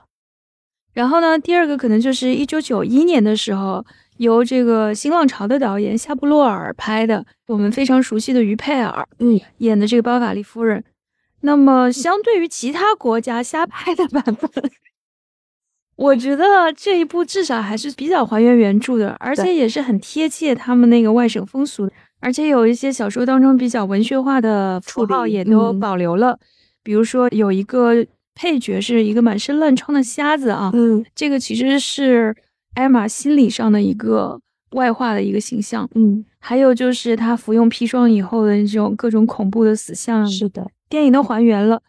然后呢，第二个可能就是一九九一年的时候，由这个新浪潮的导演夏布洛尔拍的，我们非常熟悉的于佩尔，嗯，演的这个《包法利夫人》。那么，相对于其他国家瞎拍的版本，我觉得这一部至少还是比较还原原著的，而且对也是很贴切他们那个外省风俗的，而且有一些小说当中比较文学化的处符理号也都嗯保留了，比如说有一个配角是一个满身烂疮的瞎子啊，嗯这个其实是艾玛心理上的一个外化的一个形象，嗯，还有就是她服用砒霜以后的这种各种恐怖的死相，是的，电影都还原了。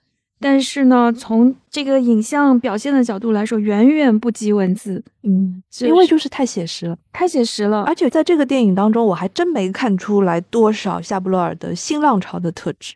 但是呢，从这个影像表现的角度来说，远远不及文字，嗯，就因为是就是太写实了，太写实了。而且在这个电影当中，我还真没看出来多少夏布洛尔的新浪潮的特质。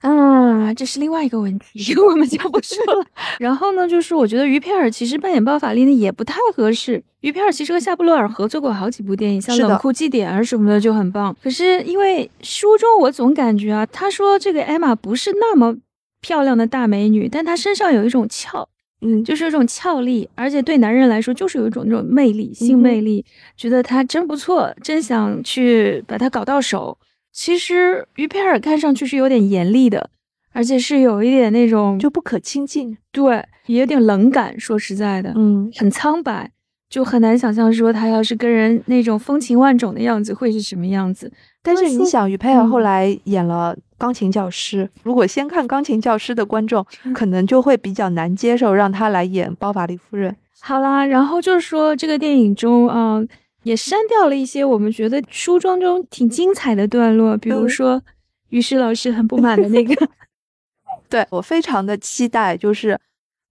啊，这是另外一个问题， 我们就不说了。然后呢，就是我觉得于佩尔其实扮演包法利呢也不太合适。于佩尔其实和夏布洛尔合作过好几部电影，像《是的冷酷祭典》啊什么的就很棒。可是因为书中我总感觉啊，他说这个艾玛不是那么漂亮的大美女，但她身上有一种俏，嗯，就是有一种俏丽，而且对男人来说就是有一种那种魅力、嗯性魅力，觉得她真不错，真想去把她搞到手。其实于佩尔看上去是有点严厉的，而且是有一点那种就不可亲近。对，也有点冷感。说实在的，嗯，很苍白，就很难想象说她要是跟人那种风情万种的样子会是什么样子。但是说你想，于佩尔嗯后来演了钢琴教师，如果先看钢琴教师的观众，嗯可能就会比较难接受让他来演包法利夫人。好啦，然后就是说这个电影中啊、嗯也删掉了一些我们觉得书中中挺精彩的段落，比如嗯说于适老师很不满的 那个，对我非常的期待，就是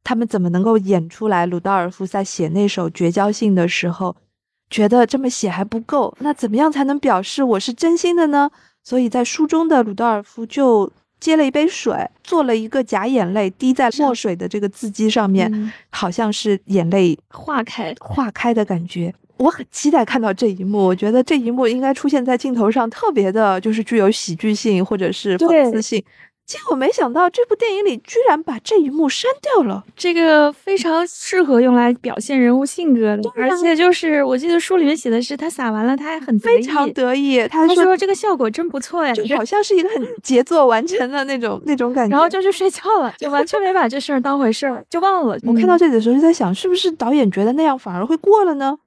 他们怎么能够演出来鲁道尔夫在写那首《绝交信》的时候，觉得这么写还不够，那怎么样才能表示我是真心的呢？所以在书中的鲁道尔夫就接了一杯水，做了一个假眼泪滴在墨水的这个字迹上面，啊嗯好像是眼泪化开。化开的感觉。我很期待看到这一幕，我觉得这一幕应该出现在镜头上，特别的就是具有喜剧性或者是讽刺对性。结果没想到这部电影里居然把这一幕删掉了。这个非常适合用来表现人物性格的，啊而且就是我记得书里面写的是他撒完了，他还很得非意常得意，他他说说这个效果真不错呀，就好像是一个很杰作完成的那种那种感觉。然后就去睡觉了，就完全没把这事儿当回事儿，就忘了。我看到嗯这里的时候就在想，是不是导演觉得那样反而会过了呢？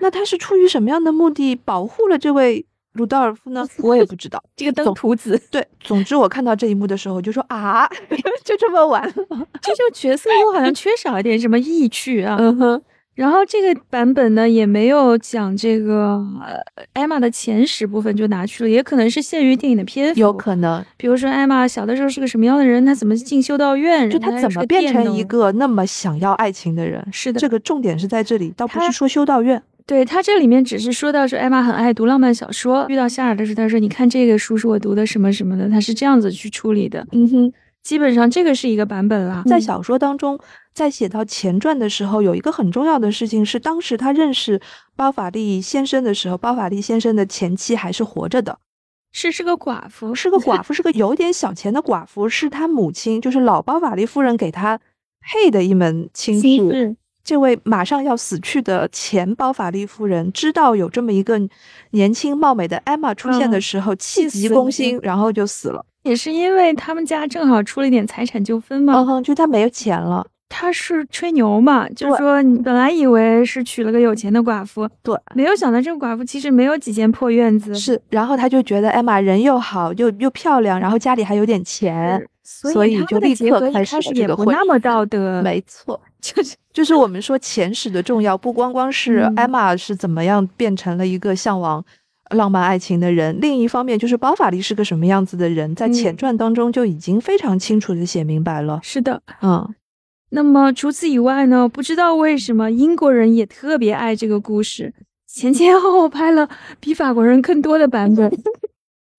那他是出于什么样的目的保护了这位鲁道尔夫呢？ 我也不知道。这个登徒子，对，总之我看到这一幕的时候，我就说啊， 就这么完了。这就角色又好像缺少一点什么意趣啊。嗯哼，然后这个版本呢，也没有讲这个呃艾玛的前十部分就拿去了，也可能是限于电影的篇幅。有可能，比如说艾玛小的时候是个什么样的人，她怎么进修道院，就然后他怎是么个变佃成农一个那么想要爱情的人？是的，这个重点是在这里，倒不是他说修道院。对他这里面只是说到说艾玛很爱读浪漫小说，遇到夏尔的时候，他说你看这个书是我读的什么什么的，他是这样子去处理的。嗯哼，基本上这个是一个版本啦，在嗯小说当中，在写到前传的时候，有一个很重要的事情是，当时他认识包法利先生的时候，包法利先生的前妻还是活着的，是是个寡妇，是个寡妇，是个有点小钱的寡妇，是他母亲，就是老包法利夫人给他配的一门亲心事。事这位马上要死去的前包法利夫人知道有这么一个年轻貌美的艾玛出现的嗯时候，气气急死攻了心，然后就死了。也是因为他们家正好出了一点财产纠纷嘛，嗯哼，就他没有钱了。他是吹牛嘛，就是对说你本来以为是娶了个有钱的寡妇，对，没有想到这个寡妇其实没有几间破院子，是，然后他就觉得艾玛人又好，又又漂亮，然后家里还有点钱是，所所以他就们的立结刻合一开开始了始这也个不婚那么事道德，嗯没错，就是就是我们说前史的重要，不光光是嗯艾玛是怎么样变成了一个向往浪漫爱情的人，另一方面就是包法利是个什么样子的人，在前嗯传当中就已经非常清楚的写明白了。是的。嗯，那么除此以外呢，不知道为什么英国人也特别爱这个故事，前前后后拍了比法国人更多的版本。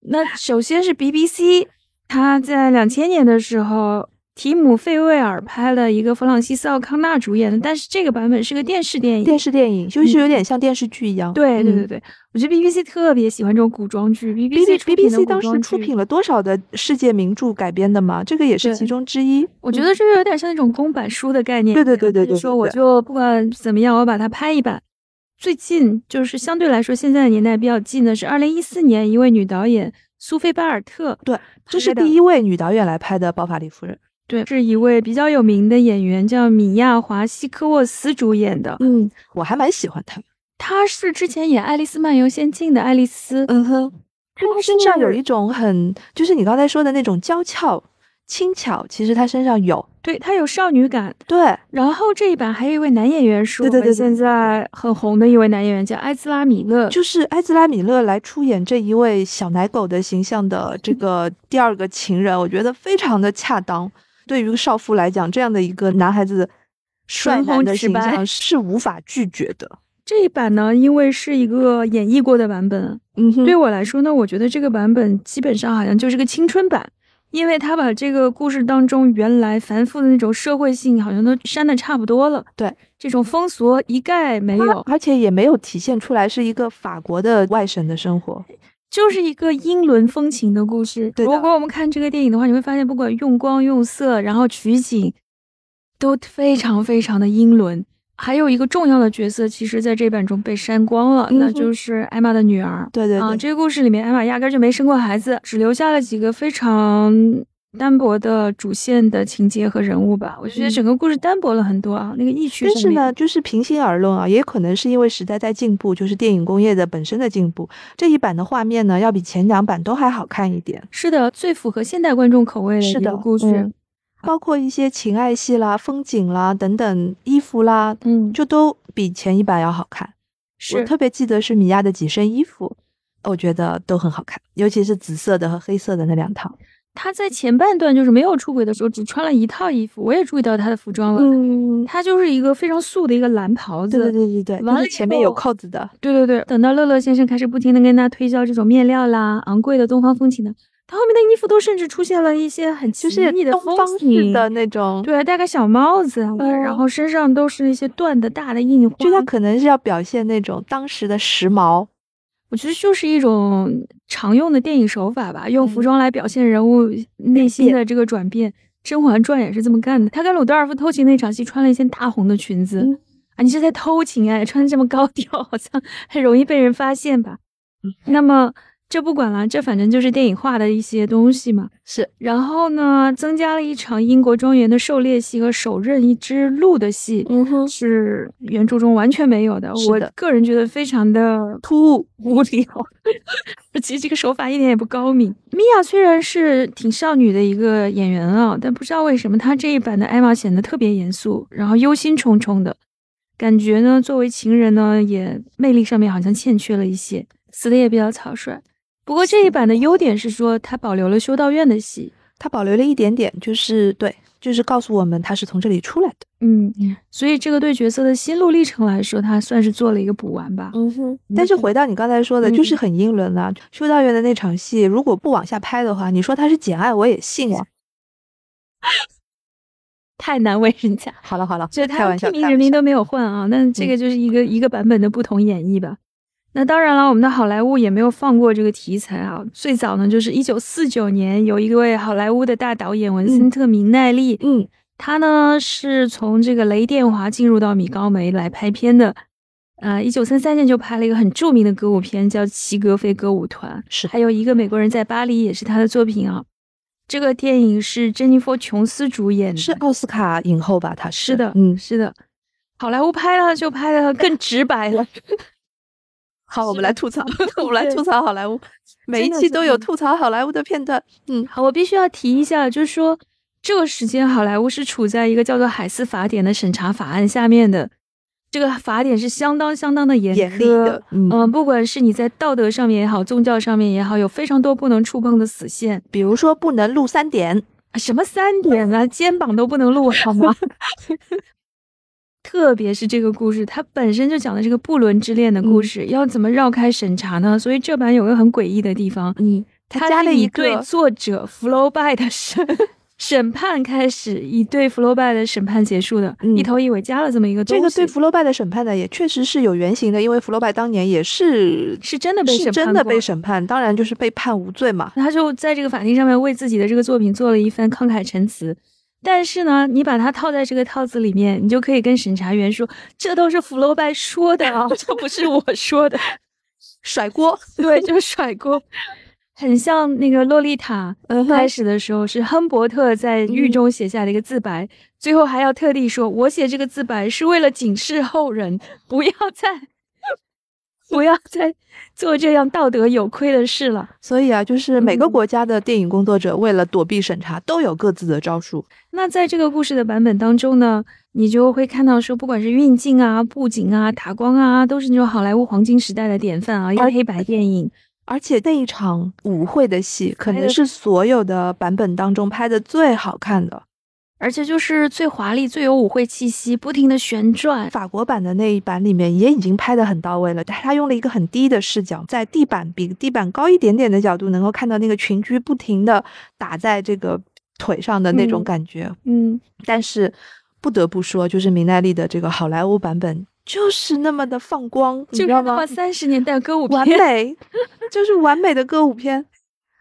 那首先是 BBC，他在两千年的时候，提姆·费魏尔拍了一个弗朗西斯·奥康纳主演的，但是这个版本是个电视电影。电视电影就是有点像电视剧一样。嗯对对对嗯。对，我觉得 BBC 特别喜欢这种古装剧。 B B BBC 出 B 品 B C 的古当时装出剧品了多少的世界名著改编的嘛？这个也是对其中之一。嗯我觉得这有点像那种公版书的概念一对样。对对对就对是说对我对就不管怎么样，我把它拍一版。最近就是相对来说，现在的年代比较近的是二零一四年，一位女导演苏菲巴尔特，对，这是拍的第一位女导演来拍的《包法利夫人》。对，是一位比较有名的演员，叫米娅·华西科沃斯主演的。嗯，我还蛮喜欢她。她是之前演《爱丽丝漫游仙境》的爱丽丝，嗯哼，就她身上有是一种很，就是你刚才说的那种娇俏、轻巧，其实她身上有。对她有少女感。对，然后这一版还有一位男演员，是对我对对们对现在很红的一位男演员，叫埃兹拉·米勒。就是埃兹拉·米勒来出演这一位小奶狗的形象 的这个第二个情人，我觉得非常的恰当。对于少妇来讲，这样的一个男孩子帅唇男红的齿形白象是无法拒绝的。这一版呢，因为是一个演绎过的版本，啊嗯哼，对我来说呢，我觉得这个版本基本上好像就是个青春版，因为他把这个故事当中原来繁复的那种社会性好像都删的差不多了，对，这种风俗一概没有，而且也没有体现出来是一个法国的外省的生活。就是一个英伦风情的故事。对的如果我们看这个电影的话，你会发现不管用光用色，然后取景，都非常非常的英伦。还有一个重要的角色，其实在这版中被删光了，嗯那哼就是艾玛的女儿。对对对，啊，这个故事里面，艾玛压根儿就没生过孩子，只留下了几个非常单薄的主线的情节和人物吧。我就觉嗯得整个故事单薄了很多啊，那个意趣但上是面呢，就是平心而论啊，也可能是因为时代在进步，就是电影工业的本身的进步，这一版的画面呢，要比前两版都还好看一点。是的，最符合现代观众口味的一是的个故事。嗯包括一些情爱戏啦、风景啦等等，衣服啦，嗯就都比前一版要好看。我是特别记得是米娅的几身衣服，我觉得都很好看，尤其是紫色的和黑色的那两套。他在前半段就是没有出轨的时候，只穿了一套衣服，我也注意到他的服装了。嗯，他就是一个非常素的一个蓝袍子，对对对对对，完就了是以前面有后扣子的。对对对，等到乐乐先生开始不停的跟他推销这种面料啦、昂贵的东方风情的，它后面的衣服都甚至出现了一些很就奇是异的东方风式情的那种，对，戴个小帽子啊，然后身上都是一些缎的大的印花。嗯就它可能是要表现那种当时的时髦。我觉得就是一种常用的电影手法吧，用服嗯装来表现人物内心的这个转变。《甄嬛传》也是这么干的，他跟鲁道尔夫偷情那场戏穿了一件大红的裙子、嗯啊，你是在偷情啊？穿这么高调，好像很容易被人发现吧？嗯那么这不管了，这反正就是电影化的一些东西嘛。是，然后呢，增加了一场英国庄园的狩猎戏和手刃一只鹿的戏，嗯哼，是原著中完全没有的。是我的个人觉得非常的突兀。无聊， 而且这个手法一点也不高明。米娅虽然是挺少女的一个演员啊，但不知道为什么她这一版的艾玛显得特别严肃，然后忧心忡忡的感觉呢。作为情人呢，也魅力上面好像欠缺了一些，死的也比较草率。不过这一版的优点是说，它保留了修道院的戏，它保留了一点点，就是对，就是告诉我们它是从这里出来的。嗯，所以这个对角色的心路历程来说，它算是做了一个补完吧。嗯哼。但是回到你刚才说的，嗯就是很英伦啊。修道院的那场戏，如果不往下拍的话，你说它是简爱，我也信啊。太难为人 家，好了好了，就开他玩笑，提名开玩人名笑嗯都没有换啊，但这个就是一个、一个版本的不同演绎吧。那当然了，我们的好莱坞也没有放过这个题材啊。最早呢，就是一九四九年，有一位好莱坞的大导演文森特·明奈利，嗯，他呢是从这个雷电华进入到米高梅来拍片的。呃，一九三三年就拍了一个很著名的歌舞片，叫《齐格飞歌舞团》。是还有一个美国人在巴黎也是他的作品啊。这个电影是珍妮佛·琼斯主演的，是奥斯卡影后吧？她是的，嗯。是的。好莱坞拍了就拍的更直白了，好，我是们的来吐槽，我们来对吐槽好莱坞，每一真的期是嗯都这有样吐槽好莱坞的片段。嗯， 好，我必须要提一下，就是说这个时间好莱坞是处在一个叫做海斯法典的审查法案下面的，这个法典是相当相当的严严厉苛的，嗯，嗯，不管是你在道德上面也好，宗教上面也好，有非常多不能触碰的死线，比如说不能录三点，啊什么三点啊，肩膀都不能露好吗？ 特别是这个故事，它本身就讲的这个不伦之恋的故嗯事，要怎么绕开审查呢？所以这版有个很诡异的地方，嗯，他他加是了以一对个，作者弗楼拜的审 审判开始，以对弗楼拜的审判结束的，嗯一头一尾加了这么一个东这西。个对福楼拜的审判呢，也确实是有原型的，因为福楼拜当年也是是真的被是审判真的过被审判，当然就是被判无罪嘛。他就在这个法庭上面为自己的这个作品做了一番慷慨陈词。但是呢，你把它套在这个套子里面，你就可以跟审查员说，这都是弗楼拜说的啊， 这不是我说的。 甩锅，对，就甩锅，很像那个《洛丽塔》嗯开始的时候是亨伯特在狱中写下的一个自白，最后还要特地说：“我写这个自白是为了警示后人，不要再不要再做这样道德有亏的事了。所以啊，就是每个嗯国家的电影工作者为了躲避审查，都有各自的招数。”那在这个故事的版本当中呢，你就会看到说，不管是运镜啊、布景啊、打光啊，都是那种好莱坞黄金时代的典范啊，一个黑白电影。而且那一场舞会的戏，可拍能得是所有的版本当中拍的最好看的。而且就是最华丽、最有舞会气息，不停的旋转，法国版的那一版里面也已经拍得很到位了，但他用了一个很低的视角，在地板比地板高一点点的角度，能够看到那个裙裾不停的打在这个腿上的那种嗯感觉。嗯，但是不得不说，就是明奈利的这个好莱坞版本就是那么的放光，你知就是道那么吗？三十年代歌舞完片。美，就是完美的歌舞 片。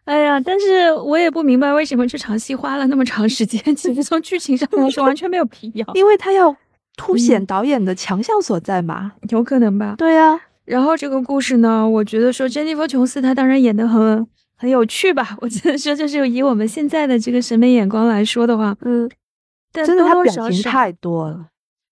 哎呀，但是我也不明白为什么这场戏花了那么长时间， 其实从剧情上来说完全没有必 要，因为他要凸显嗯导演的强项所在嘛。有可能吧。对呀、然后这个故事呢，我觉得说珍妮佛·琼斯她当然演的很很有趣吧，我只能说就是以我们现在的这个审美眼光来说的话，嗯，但真的，多他多表少情少太多了，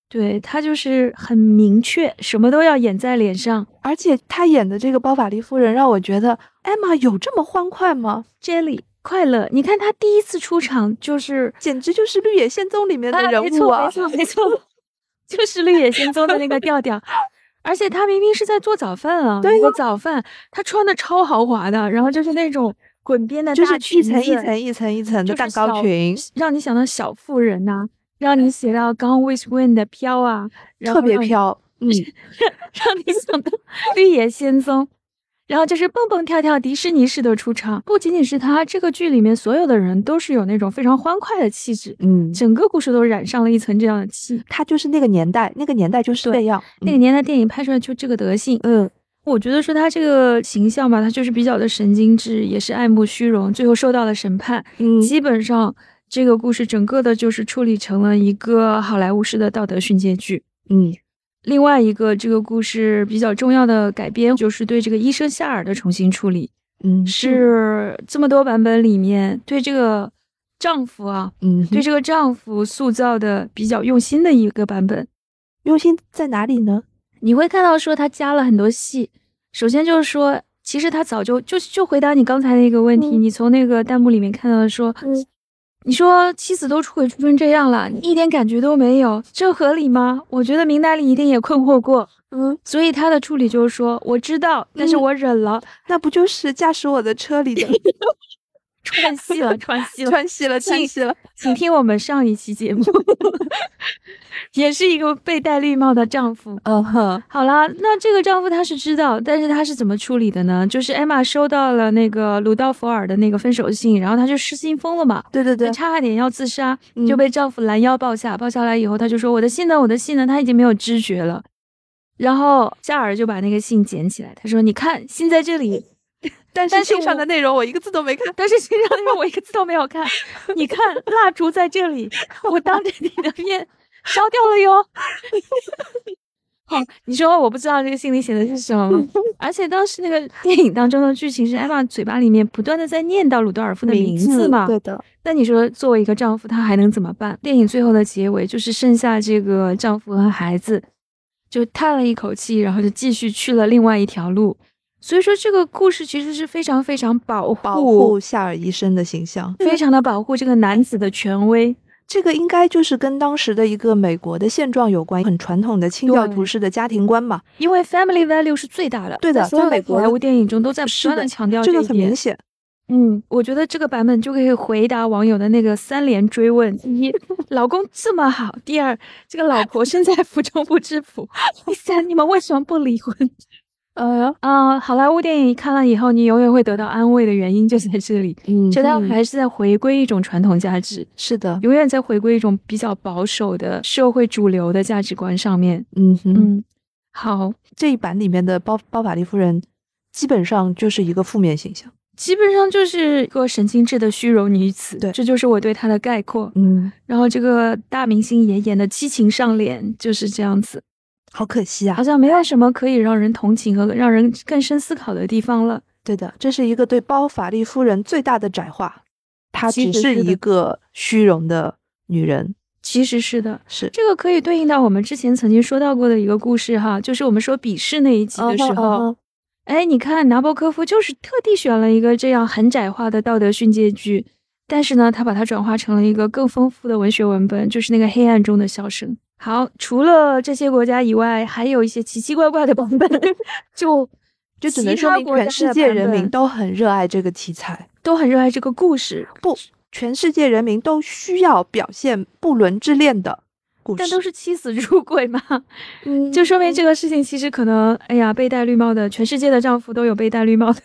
对她就是很明确，什么都要演在脸上。而且他演的这个包法利夫人让我觉得艾玛有这么欢快吗？ Jelly 快乐，你看她第一次出场就是简直就是《绿野仙踪》里面的啊人没物错，啊！没错，没错， 就是《绿野仙踪》的那个调调。而且他明明是在做早饭啊，对呀做早饭，他穿的超豪华的，然后就是那种滚边的就是大一裙子，层一层一层一层就的是蛋糕小裙，让你想到小妇人呐、让你想到《Gone with Wind》的飘啊，然后特别 让你，飘。嗯，让你想到《绿野仙踪》。然后就是蹦蹦跳跳迪士尼式的出场。不仅仅是他，这个剧里面所有的人都是有那种非常欢快的气质，嗯，整个故事都染上了一层这样的气。他就是那个年代，那个年代就是这样，那个年代电影拍出来就这个德性，嗯我觉得说他这个形象吧，他就是比较的神经质，也是爱慕虚荣，最后受到了审判。嗯基本上这个故事整个的就是处理成了一个好莱坞式的道德训诫剧。嗯另外一个这个故事比较重要的改编，就是对这个医生夏尔的重新处理，嗯，是这么多版本里面对这个丈夫啊，嗯，对这个丈夫塑造的比较用心的一个版本。用心在哪里呢？你会看到说他加了很多戏。首先就是说，其实他早就就就回答你刚才那个问题，嗯你从那个弹幕里面看到的说，嗯你说妻子都出轨出成这样了，一点感觉都没有，这合理吗？我觉得明代里一定也困惑过，嗯，所以他的处理就是说，我知道，但是嗯我忍了，那不就是驾驶我的车里的 串戏 了，串戏了。串戏了，亲串戏了？请听我们上一期节目， 也是一个被戴绿帽的丈夫。嗯哼，好啦，那这个丈夫他是知道，但是他是怎么处理的呢？就是艾玛收到了那个鲁道夫尔的那个分手信，然后她就失心疯了嘛，对对对就，差一点要自杀，嗯就被丈夫拦腰抱下，抱下来以后，她就说我的信呢，我的信呢，她已经没有知觉了。然后夏尔就把那个信捡起来，他说：“你看，信在这里，但但是是信上我的内容我一个字都没看。但是信上面我一个字都没有看。 你看，蜡烛在这里，我当着你的面烧掉 了哟。好，你说我不知道这个信里写的是什么 吗？而且当时那个电影当中的剧情是艾玛嘴巴里面不断的在念叨鲁多尔夫的名字嘛。对的，那你说作为一个丈夫，他还能怎么办？电影最后的结尾就是剩下这个丈夫和孩子，就叹了一口气，然后就继续去了另外一条路。所以说，这个故事其实是非常非常保护夏尔医生的形象，非常的保护这个男子的权威。这个应该就是跟当时的一个美国的现状有关，很传统的清教徒式的家庭观嘛。因为 family value 是最大的，对的在所在有的美国好莱坞电影中都在不是断的的强调这个一很点明。显，嗯，我觉得这个版本就可以回答网友的那个三连追问：一，老公这么好；第二，这个老婆身在福中不知福；第三，你们为什么不离婚？呃，啊、好莱坞电影看了以后，你永远会得到安慰的原因就在这里，嗯就他们还是在回归一种传统价值，是的，永远在回归一种比较保守的社会主流的价值观上面。嗯哼，嗯，好，这一版里面的包包法利夫人，基本上就是一个负面形象。基本上就是一个神经质的虚荣女子，对这就是我对她的概括。嗯，然后这个大明星也演的七情上脸，就是这样子，好可惜啊好。像没有什么可以让人同情和让人更深思考的地方了。对的，这是一个对包法利夫人最大的窄化，她其只实是是的一个虚荣的女人，其实是的，是。这个可以对应到我们之前曾经说到过的一个故事哈，就是我们说鄙视那一集的时候，嗯哼，哎，你看拿破科夫就是特地选了一个这样很窄化的道德训诫剧，但是呢，他把它转化成了一个更丰富的文学文本，就是那个黑暗中的笑声。好，除了这些国家以外，还有一些奇奇怪怪的版本， 就就只其能说他明国家全的世界版人民本都很热爱这个题材，都很热爱这个故事，不，全世界人民都需要表现不伦之恋的故事，但都是妻子出轨嘛，嗯就说明这个事情其实可能，哎呀，被戴绿帽的，全世界的丈夫都有被戴绿帽的，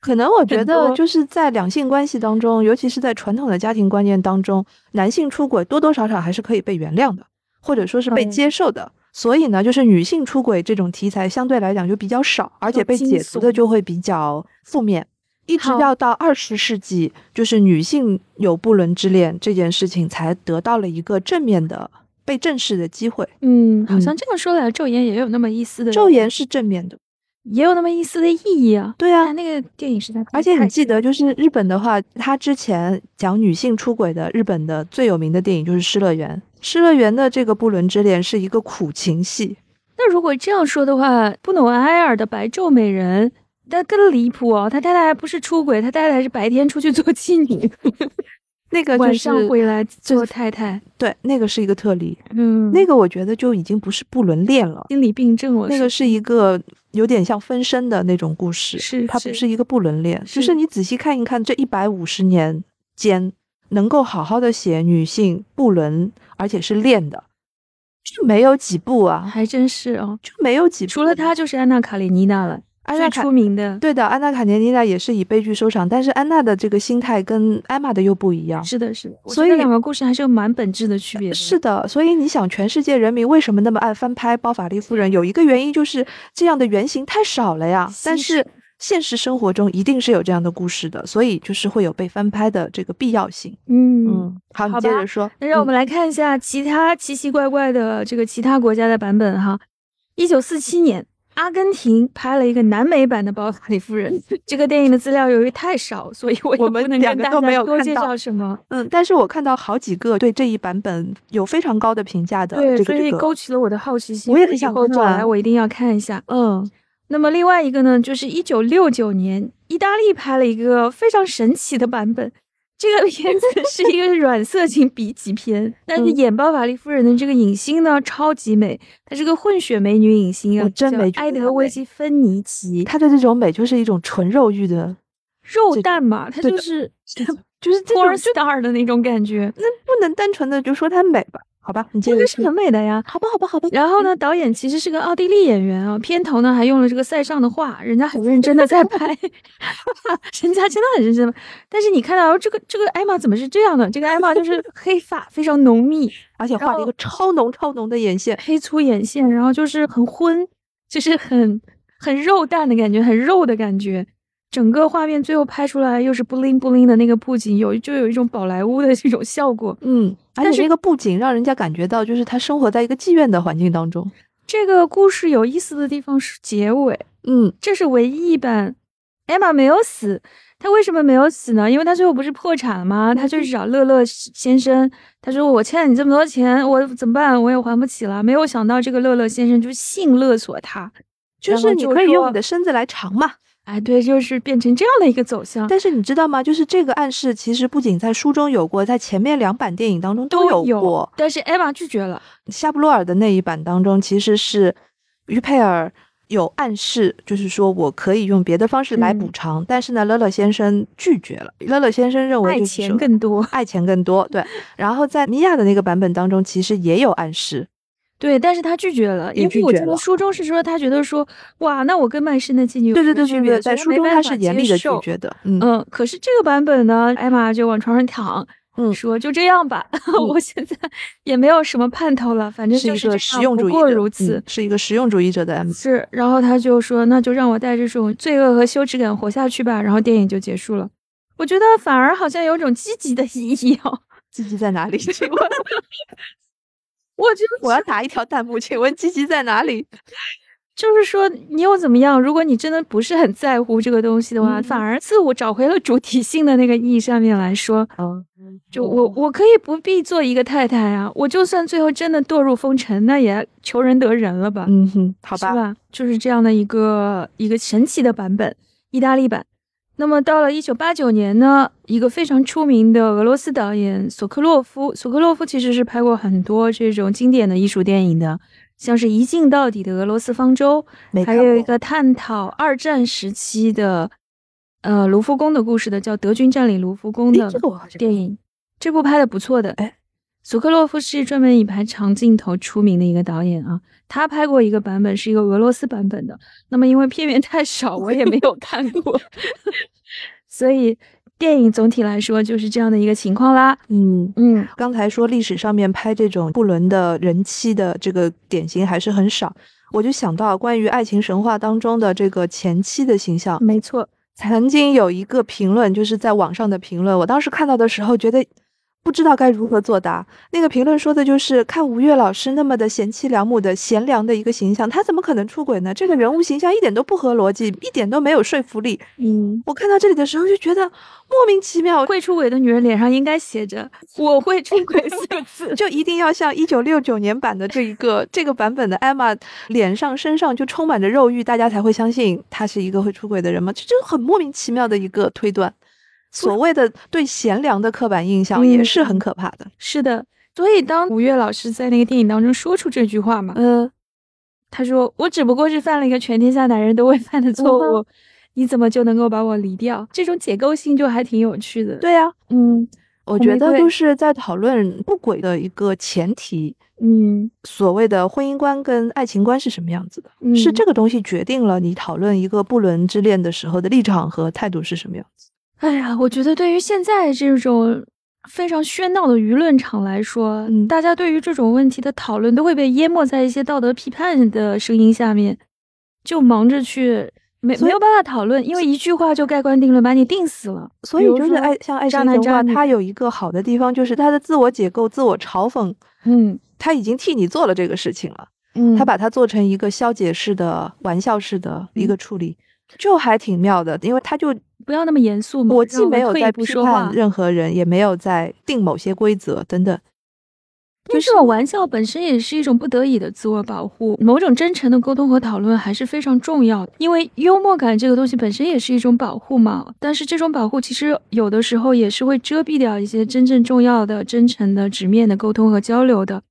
可能我觉很得多就是在两性关系当中，尤其是在传统的家庭观念当中，男性出轨多多少少还是可以被原谅的，或者说是被嗯接受的。所以呢，就是女性出轨这种题材相对来讲就比较少，而且被惊解读悚的就会比较负面。一直好要到二十世纪，就是女性有不伦之恋这件事情才得到了一个正面的、被正视的机会。嗯，好像嗯这样说来，昼颜也有那么一丝的，昼颜是正面的，也有那么一丝的意义啊。对啊但，那个电影实在而且太你记得，就是日本的话，它之前讲女性出轨的日本的最有名的电影就是《失乐园》。《失乐园》的这个不伦之恋是一个苦情戏，那如果这样说的话，布努埃尔的《白昼美人》，但更离谱哦，他太太还不是出轨，他太太是白天出去做妓女，那个就晚是上回来做太太。对，那个是一个特例，嗯，那个我觉得就已经不是不伦恋了，心理病症我那个是一个有点像分身的那种故事，是它不是是一个不伦恋，就是是你仔细看一看这一百五十年间能够好好的写女性不伦而且是恋的，就没有几部啊，还真是哦，就没有几部，除了他就是安娜卡列尼娜了。安娜最卡出名的，对的，安娜卡年尼娜也是以悲剧收场，但是安娜的这个心态跟艾玛的又不一样。是的，是的。我觉所得以两个故事还是有蛮本质的区别的。是的，所以你想，全世界人民为什么那么爱翻拍《包法利夫人》？有一个原因就是这样的原型太少了呀。但稀是现实生活中一定是有这样的故事的，所以就是会有被翻拍的这个必要性。嗯，嗯，好，你好接吧着说。那让我们来看一下其他奇奇怪怪的这个其他国家的版本哈。一九四七年，阿根廷拍了一个南美版的《包法利夫人》这个电影的资料由于太少，所以我也我们不能两跟个大都没家有多看介到绍什么。嗯，但是我看到好几个对这一版本有非常高的评价的。对，这所个这以个勾起了我的好奇心。我也很想以后看找啊来，我一定要看一下。嗯，那么另外一个呢，就是一九六九年，意大利拍了一个非常神奇的版本。这个片 子是一个软色情笔记片，但是嗯演包法利夫人的这个影星呢，超级美，她是个混血美女影星啊，我哦真叫没觉埃得德她威美基芬妮奇，她的这种美就是一种纯肉欲的，肉这蛋嘛，她对就的是 就是这 porn 种就 star 的那种感觉，那不能单纯的就说她美吧？好吧，你接这着个是说。很美的呀。好吧，好吧，好吧。然后呢，导演其实是个奥地利演员啊，片头呢还用了这个塞尚的话，人家很认真的在拍， 人家真的很认真地拍。但是你看到哦这个这个艾玛怎么是这样的？这个艾玛就是黑发非常浓密，而且然画了一后个超浓超浓的眼线，黑粗眼线，然后就是很昏，就是很很肉蛋的感觉，很肉的感觉。整个画面最后拍出来又是布灵布灵的那个布景，有就有一种宝莱坞的这种效果。嗯，而但且那个布景让人家感觉到，就是他生活在一个妓院的环境当中。这个故事有意思的地方是结尾，嗯，这是唯一一版。艾玛没有死，她为什么没有死呢？因为她最后不是破产了吗？她嗯就去找乐乐先生，她说我欠你这么多钱，我怎么办？我也还不起了。没有想到这个乐乐先生就性勒索她，就然后是你就可以用说你的身子来尝嘛。哎，对，就是变成这样的一个走向。但是你知道吗？就是这个暗示，其实不仅在书中有过，在前面两版电影当中都有有过。，但是艾玛拒绝了。夏布洛尔的那一版当中，其实是于佩尔有暗示，就是说我可以用别的方式来嗯补偿，但是呢，乐乐先生拒绝了。乐乐先生认为爱就是钱说 更多，爱钱更多，对。然后在米娅的那个版本当中，其实也有暗示，对，但是她拒绝了，也因为我拒绝记得了书中是说，她觉得说，哇，那我跟卖身的妓女有对什对对么区对别对，在所以书没中办他法是严接厉的拒受绝的，嗯嗯，可是这个版本呢，艾玛就往床上躺，嗯说就这样吧， 我现在也没有什么盼头了，反正是就一这个样实用主义不过者，如此嗯。是一个实用主义者的嗯 M。是，然后他就说，那就让我带着这种罪恶和羞耻感活下去吧。然后电影就结束了。我觉得反而好像有种积极的意义哦。积极在 哪里？请问我觉得我要打一条弹幕，请问积极在哪里？就是说，你又怎么样？如果你真的不是很在乎这个东西的话，嗯反而自我找回了主体性的那个意义上面来说，嗯，就我我可以不必做一个太太啊，我就算最后真的堕入风尘，那也求人得人了吧？嗯哼，好是吧，吧？就是这样的一个一个神奇的版本，意大利版。那么到了一九八九年呢，一个非常出名的俄罗斯导演索科洛夫，索科洛夫其实是拍过很多这种经典的艺术电影的，像是《一镜到底的俄罗斯方舟》，没还看有一过个探讨二战时期的呃卢浮宫的故事的，叫《德军占领卢浮宫》诶的哎这个我好像电影，这部拍的不错的。哎，索科洛夫是专门以拍长镜头出名的一个导演啊，他拍过一个版本是一个俄罗斯版本的，那么因为片源太少，我也没 有看过，所以电影总体来说就是这样的一个情况啦。嗯。嗯，刚才说历史上面拍这种不伦的人妻的这个典型还是很少，我就想到关于爱情神话当中的这个前妻的形象，没错，曾经有一个评论，就是在网上的评论，我当时看到的时候觉得不知道该如何作答。那个评论说的就是看吴越老师那么的贤妻良母的贤良的一个形象，他怎么可能出轨呢？这个人物形象一点都不合逻辑，一点都没有说服力。嗯，我看到这里的时候就觉得莫名其妙，会出轨的女人脸上应该写着“我会出轨”四个字。就一定要像一九六九年版的这一个这个版本的艾玛，脸上身上就充满着肉欲，大家才会相信她是一个会出轨的人吗？这就很莫名其妙的一个推断。所谓的对贤良的刻板印象嗯也是很可怕的。 是的，所以当吴越老师在那个电影当中说出这句话嘛，嗯，他说：“我只不过是犯了一个全天下男人都会犯的错嗯误，你怎么就能够把我离掉？”这种解构性就还挺有趣的。，对呀、啊嗯，我觉玫得瑰就是在讨论不轨的一个前提，嗯所谓的婚姻观跟爱情观是什么样子的，嗯，是这个东西决定了你讨论一个不伦之恋的时候的立场和态度是什么样子。哎呀，我觉得对于现在这种非常喧闹的舆论场来说，嗯大家对于这种问题的讨论都会被淹没在一些道德批判的声音下面，就忙着去没所以没有办法讨论，因为一句话就盖棺定论把你定死了。所以比如就是说爱像爱渣情男神渣话，女它有一个好的地方，就是它的自我解构、自我嘲讽，嗯它已经替你做了这个事情了。嗯他把它做成一个消解式的、玩笑式的嗯一个处理，就还挺妙的。因为他就不要那么严肃嘛，我让既没们有退在一步批说话判，任何人，也没有在定某些规则等等。因为这种玩笑本身也是一种不得已的自我保护，某种真诚的沟通和讨论还是非常重要的。因为幽默感这个东西本身也是一种保护嘛，但是这种保护其实有的时候也是会遮蔽掉一些真正重要的、真诚的、直面的沟通和交流的。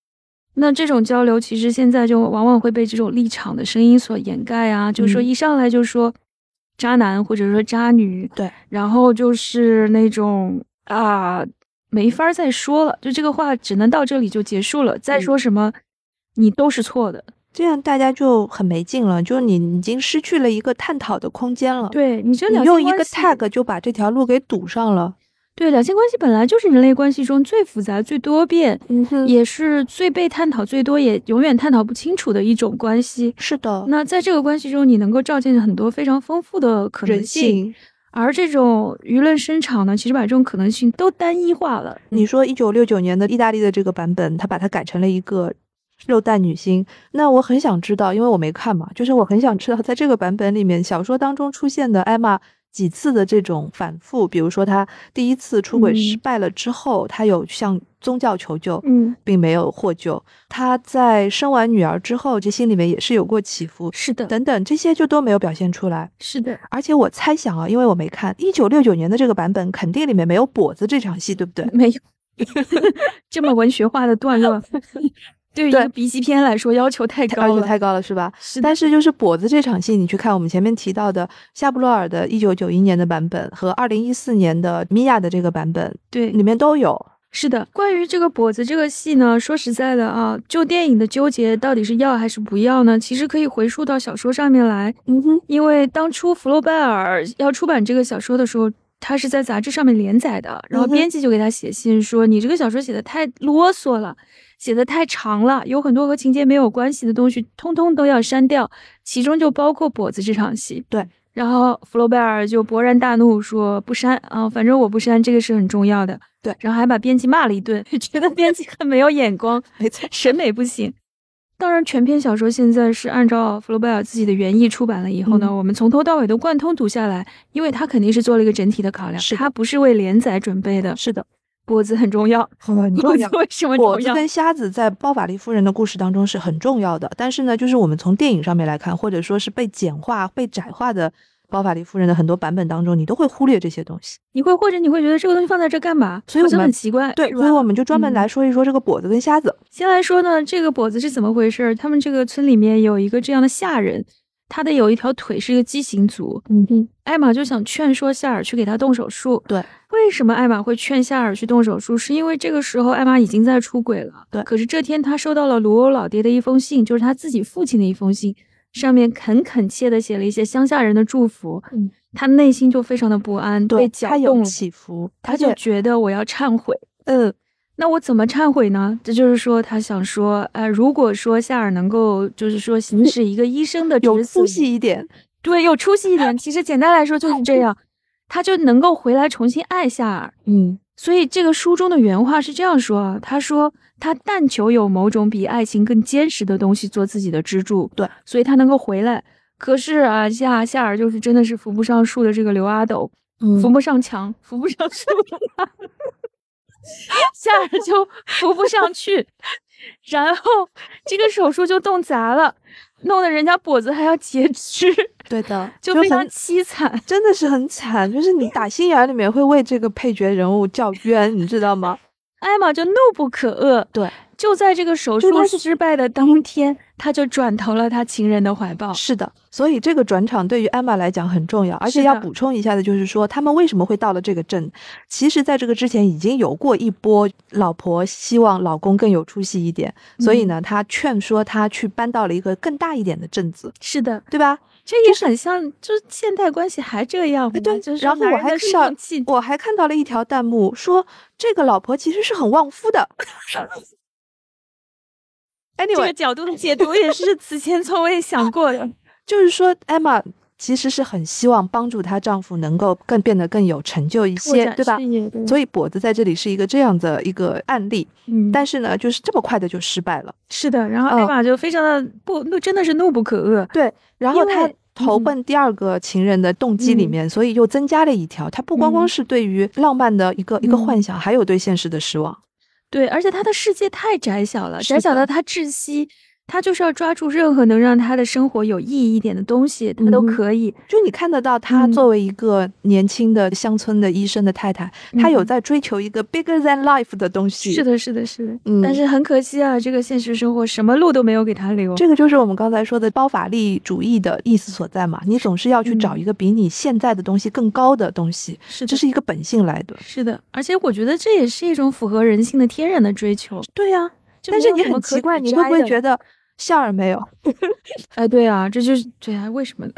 那这种交流其实现在就往往会被这种立场的声音所掩盖啊，就是说嗯一上来就说渣男或者说渣女，对，然后就是那种啊，没法儿再说了，就这个话只能到这里就结束了，再嗯说什么、你都是错的。这样大家就很没劲了，就是你已经失去了一个探讨的空间了。，对你这你两性用一关个系 tag 就把这条路给堵上了。对两性关系本来就是人类关系中最复杂、最多变，嗯哼，也是最被探讨最多，也永远探讨不清楚的一种关系。是的，那在这个关系中，你能够照见很多非常丰富的可能人性。而这种舆论声场呢，其实把这种可能性都单一化了。你说一九六九年的意大利的这个版本，他把它改成了一个肉蛋女星。那我很想知道，因为我没看嘛，就是我很想知道，在这个版本里面，小说当中出现的艾玛几次的这种反复，比如说她第一次出轨嗯失败了之后，她有向宗教求救，嗯，并没有获救。她在生完女儿之后，这心里面也是有过起伏，是的，等等，这些就都没有表现出来。是的，而且我猜想啊，因为我没看一九六九年的这个版本，肯定里面没有跛子这场戏，对不对？ 没有这么文学化的段落， 对于一对个 B 级片来说要求太要高求了。太高了，是吧？是的但是就是跛子这场戏，你去看我们前面提到的夏布洛尔的1991年的版本和2014年的米娅的这个版本，对，里面都有。是的。关于这个跛子这个戏呢，说实在的啊，就电影的纠结到底是要还是不要呢？其实可以回溯到小说上面来，嗯哼，因为当初福楼拜尔要出版这个小说的时候。他是在杂志上面连载的，然后嗯哼编辑就给他写信说：“你这个小说写的太啰嗦了，写的太长了，有很多和情节没有关系的东西，通通都要删掉，其中就包括跛子这场戏。”对。然后弗洛贝尔就勃然大怒，说：“不删啊，反正我不删，这个是很重要的。”对然后还把编辑骂了一顿， 觉得编辑很没有眼光，没 错。审美不行。当然，全篇小说现在是按照福楼拜尔自己的原意出版了以后呢，嗯我们从头到尾都贯通读下来，因为他肯定是做了一个整体的考量，是的他不是为连载准备的。是的，脖子很重要，很脖 重子要。为什跛么重子要？跟瞎子在《包法利夫人》的故事当中是很重要的，但是呢，就是我们从电影上面来看，或者说是被简化、被窄化的《包法利夫人》的很多版本当中，你都会忽略这些东西。你会或者你会觉得这个东西放在这干嘛？所以好我像们很奇怪，对，是所以吧我们就专门嗯来说一说这个跛子跟瞎子。先来说呢，这个跛子是怎么回事儿？他们这个村里面有一个这样的下人，他的有一条腿是一个畸形足。嗯哼，艾玛就想劝说夏尔去给他动手术。对，为什么艾玛会劝夏尔去动手术？是因为这个时候艾玛已经在出轨了。对可是这天他收到了卢欧老爹的一封信，就是他自己父亲的一封信，上面恳恳切的写了一些乡下人的祝福。嗯，他内心就非常的不安，被对，搅他有动了。起伏，他而就且觉得我要忏悔。嗯，那我怎么忏悔呢？这就是说，他想说，呃，如果说夏尔能够，就是说行使一个医生嗯的有职责，粗细一点。对，有出息一点。其实简单来说就是这样，他就能够回来重新爱夏尔。嗯，所以这个书中的原话是这样说啊，他说他但求有某种比爱情更坚实的东西做自己的支柱，对，所以他能够回来。可是啊，夏夏尔就是真的是扶不上树的这个刘阿斗，嗯扶不上墙，扶不上树，夏尔就扶不上去，然后这个手术就冻砸了，弄得人家跛子还要截肢，对的，就非常很凄 惨。真的是很惨，就是你打心眼儿里 面会为这个配角人物叫冤，你知道吗？艾玛就怒不可遏，对，就在这个手对术但是嗯失败的当天，他就转投了他情人的怀抱。是的，所以这个转场对于艾玛来讲很重要，而且是要的补充一下的就是说，他们为什么会到了这个镇？其实，在这个之前已经有过一波老婆希望老公更有出息一点，所嗯以呢，她劝说他去搬到了一个更大一点的镇子，是的，对吧？这也很像，就是现代关系还这样吗？哎，对就。是然后男我人还的看到上进，我还看到了一条弹幕说，这个老婆其实是很旺夫的。这 anyway，个角度的解读也是此前从未 想过的。就是说艾玛其实是很希望帮助她丈夫能够更变得更有成就一拓些，展对吧视？野对所以跛子在这里是一个这样的一个案例，嗯，但是呢，就是这么快的就失败了。是的，然后艾嗯玛就非常的不，怒，真的是怒不可遏。对，然后因为嗯他投奔第二个情人的动机里面，所以又增加了一条，他不光光嗯是对于浪漫的一个、一个嗯幻想，还有对现实的失望。对，而且他的世界太窄小了，是窄小的到他窒息。他就是要抓住任何能让他的生活有意义一点的东西，他都嗯可以。就你看得到，她嗯作为一个年轻的乡村的医生的太太，她有在追求一个 bigger than life 的东西。嗯是，的，是的，是的。嗯但是很可惜啊，这个现实生活什么路都没有给他留。这个就是我们刚才说的包法利主义的意思所在嘛。你总是要去找嗯一个比你现在的东西更高的东西，是这的，是一个本性来的。是的，而且我觉得这也是一种符合人性的天然的追求。对呀、就但没是有你什么很可奇怪，指你会不会摘的觉得笑儿没有？哎，对啊，这就是对啊，为什么呢？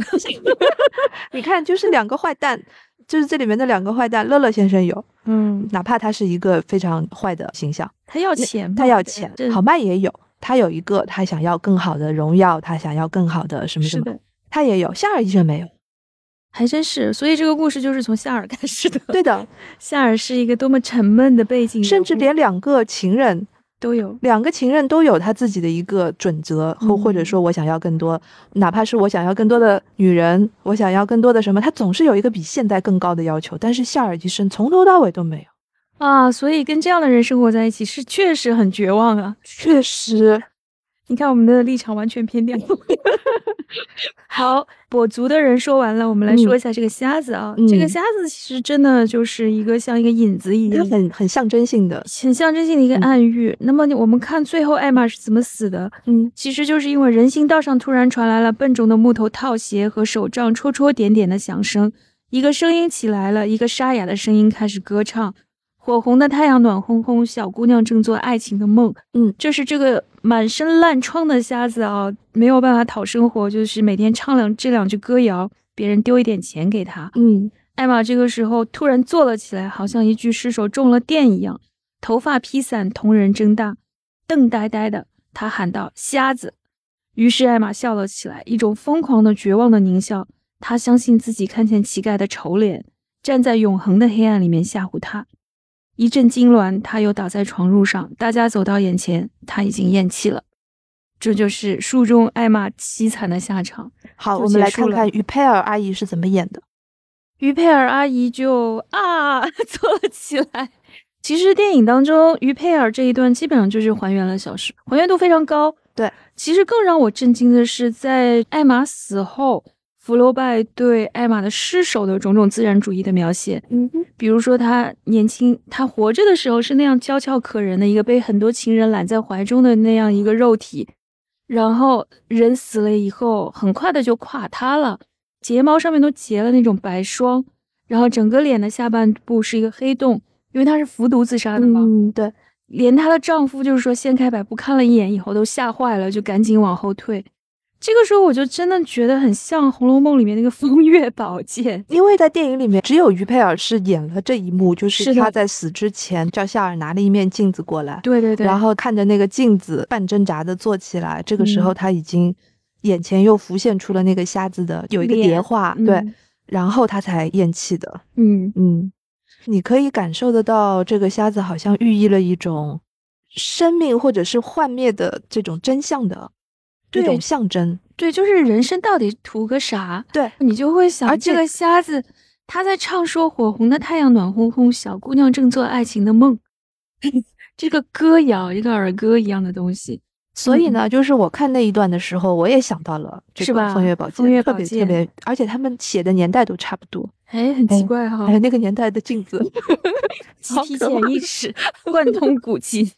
你看，就是两个坏蛋，就是这里面的两个坏蛋，乐乐先生有， 嗯，哪怕他是一个非常坏的形象，他要钱嘛，他要嗯对钱这，好麦也有，他有一个他想要更好的荣耀，他想要更好的什么什是么，的，他也有，夏尔医生没有，还真是。所以这个故事就是从夏尔开始的。对的，夏尔是一个多么沉闷的背景人物，甚至连两个情人，都有。两个情人都有他自己的一个准则，或嗯或者说我想要更多，哪怕是我想要更多的女人，我想要更多的什么，他总是有一个比现在更高的要求，但是夏尔医生从头到尾都没有。啊，所以跟这样的人生活在一起是确实很绝望啊！确实，你看我们的立场完全偏掉。 好，跛足的人说完了，我们来嗯说一下这个瞎子啊。这个嗯瞎子其实真的就是一个像一个引子一它样，很很象征性的，很象征性的一个嗯暗喻。那么我们看最后艾玛是怎么死的，嗯，其实就是因为人行道上突然传来了笨重的木头套鞋和手杖戳戳点点的响声，一个声音起来了，一个沙哑的声音开始歌唱。火红的太阳暖烘烘，小姑娘正做爱情的梦。嗯，这是这个满身烂疮的瞎子啊，没有办法讨生活，就是每天唱两这两句歌谣，别人丢一点钱给他。嗯，艾玛这个时候突然坐了起来，好像一具尸首中了电一样，头发披散，瞳仁睁大，瞪呆呆的。她喊道：“瞎子！”于是艾玛笑了起来，一种疯狂的、绝望的狞笑。她相信自己看见乞丐的丑脸，站在永恒的黑暗里面吓唬他。一阵痉挛，她又倒在床褥上。大家走到眼前，她已经咽气了。这就是书中艾玛凄惨的下场。好，就我们来结束看了看于佩尔阿姨是怎么演的。于佩尔阿姨就啊 坐了起来。其实电影当中，于佩尔这一段基本上就是还原了小时，还原度非常高。对，其实更让我震惊的是，在艾玛死后，福楼拜对艾玛的尸首的种种自然主义的描写。嗯哼，比如说，她年轻，她活着的时候是那样娇俏可人的一个被很多情人揽在怀中的那样一个肉体，然后人死了以后，很快的就垮塌了，睫毛上面都结了那种白霜，然后整个脸的下半部是一个黑洞，因为她是服毒自杀的嘛。嗯，对，连她的丈夫就是说掀开百步看了一眼以后都吓坏了，就赶紧往后退。这个时候我就真的觉得很像《红楼梦》里面那个风月宝剑，因为在电影里面只有于佩尔是演了这一幕，就是是的她在死之前叫夏尔拿了一面镜子过来，对对对，然后看着那个镜子半挣扎的坐起来，这个时嗯候她已经眼前又浮现出了那个瞎子的有一个脸叠画，对，然后她才咽气的。嗯嗯，嗯，嗯，你可以感受得到，这个瞎子好像寓意了一种生命或者是幻灭的这种真相的这对种象征。对，就是人生到底图个啥？对，你就会想，而这且个瞎子他在唱说“火红的太阳暖烘烘，小姑娘正做爱情的梦”， 这个歌谣，一个儿歌一样的东西。所以呢，就是我看那一段的时候，我也想到了这嗯是个吧风月宝风鉴月特宝别特鉴别，而且他们写的年代都差不多，哎，很奇哎怪哈、还有那个年代的镜子，集好体可潜怕意识贯通古今。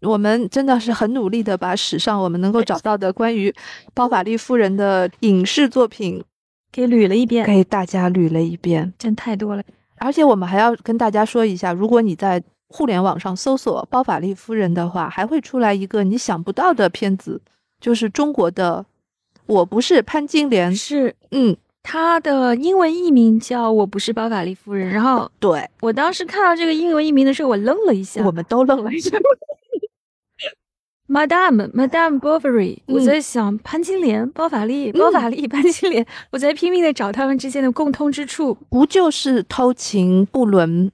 我们真的是很努力的把史上我们能够找到的关于包法利夫人的影视作品 给捋了一遍，给大家捋了一遍。真太多了。而且我们还要跟大家说一下，如果你在互联网上搜索包法利夫人的话，还会出来一个你想不到的片子，就是中国的《我不是潘金莲》。是嗯，它的英文译名叫《我不是包法利夫人》，然后对，我当时看到这个英文译名的时候，我愣了一下我们都愣了一下。 ，Madame Madame Bovary，、嗯我在想潘金莲、包法利、包法利、潘金莲，我在拼命的找他们之间的共通之处，不就是偷情不伦，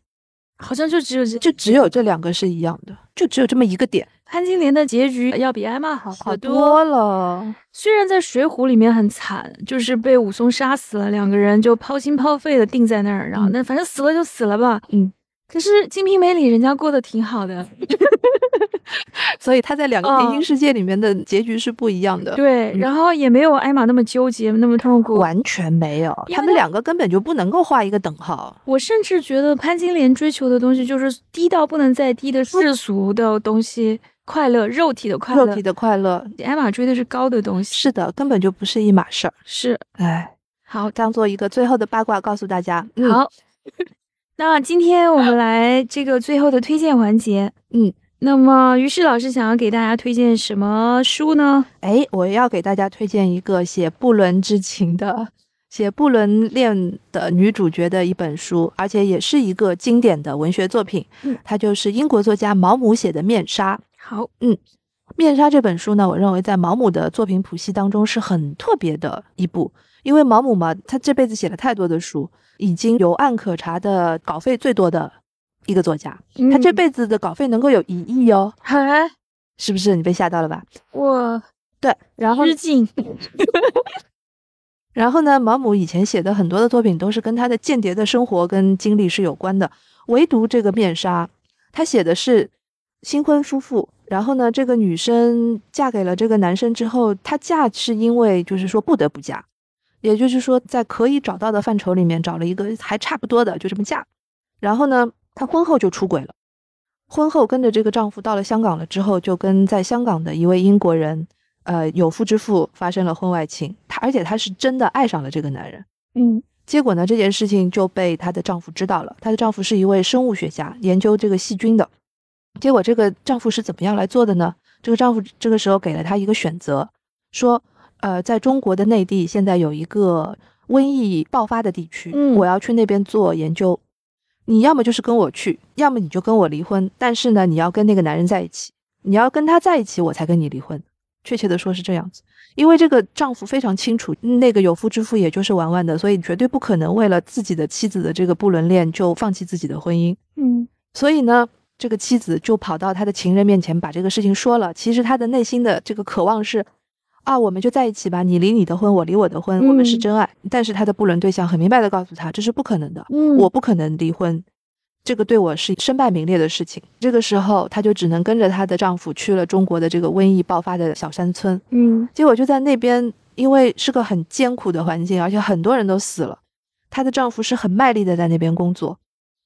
好像就只有这就只有这两个是一样的，就只有这么一个点，潘金莲的结局要比艾玛好好得多。了。虽然在《水浒》里面很惨，就是被武松杀死了，两个人就抛心抛肺的定在那儿，然后嗯那反正死了就死了吧。嗯，可是《金瓶梅》里人家过得挺好的，所以他在两个嗯平行世界里面的结局是不一样的。对，嗯然后也没有艾玛那么纠结，那么痛苦。完全没有，因为他他们两个根本就不能够画一个等号。我甚至觉得潘金莲追求的东西就是低到不能再低的世俗的东西，快乐，肉体的快乐。肉体的快乐艾玛追的是高的东西，是的，根本就不是一码事儿。是哎，好的，当做一个最后的八卦告诉大家。嗯、，好。那今 天我们来这个最后的推荐环节，嗯，那么于是老师想要给大家推荐什么书呢？哎，我要给大家推荐一个写不伦之情的、写不伦恋的女主角的一本书，而且也是一个经典的文学作品。嗯它就是英国作家毛姆写的《面纱》。好， 《面纱》这本书呢，我认为在毛姆的作品谱系当中是很特别的一部，因为毛姆嘛，他这辈子写了太多的书，已经有案可查的稿费最多的一个作家，他这嗯辈子的稿费能够有一亿哦，哎，是不是？你被吓到了吧？我对，然后致敬，然后呢，毛姆以前写的很多的作品都是跟他的间谍的生活跟经历是有关的，唯独这个面纱，他写的是新婚夫妇。然后呢，这个女生嫁给了这个男生之后，她嫁是因为就是说不得不嫁，也就是说在可以找到的范畴里面找了一个还差不多的，就这么嫁。然后呢，她婚后就出轨了，婚后跟着这个丈夫到了香港了之后，就跟在香港的一位英国人呃有夫之妇发生了婚外情，她而且她是真的爱上了这个男人。嗯结果呢，这件事情就被她的丈夫知道了。她的丈夫是一位生物学家，研究这个细菌的。结果这个丈夫是怎么样来做的呢？这个丈夫这个时候给了她一个选择，说，呃，在中国的内地现在有一个瘟疫爆发的地区，嗯我要去那边做研究。你要么就是跟我去，要么你就跟我离婚。但是呢，你要跟那个男人在一起，你要跟他在一起，我才跟你离婚。确切的说是这样子。因为这个丈夫非常清楚，那个有夫之妇也就是玩玩的，所以绝对不可能为了自己的妻子的这个不伦恋就放弃自己的婚姻。嗯所以呢，这个妻子就跑到他的情人面前把这个事情说了。其实他的内心的这个渴望是，啊，我们就在一起吧，你离你的婚，我离我的婚，我们是嗯真爱。但是他的不伦对象很明白的告诉他，这是不可能的，嗯我不可能离婚，这个对我是身败名裂的事情。这个时候，她就只能跟着她的丈夫去了中国的这个瘟疫爆发的小山村。嗯结果就在那边，因为是个很艰苦的环境，而且很多人都死了。她的丈夫是很卖力的在那边工作。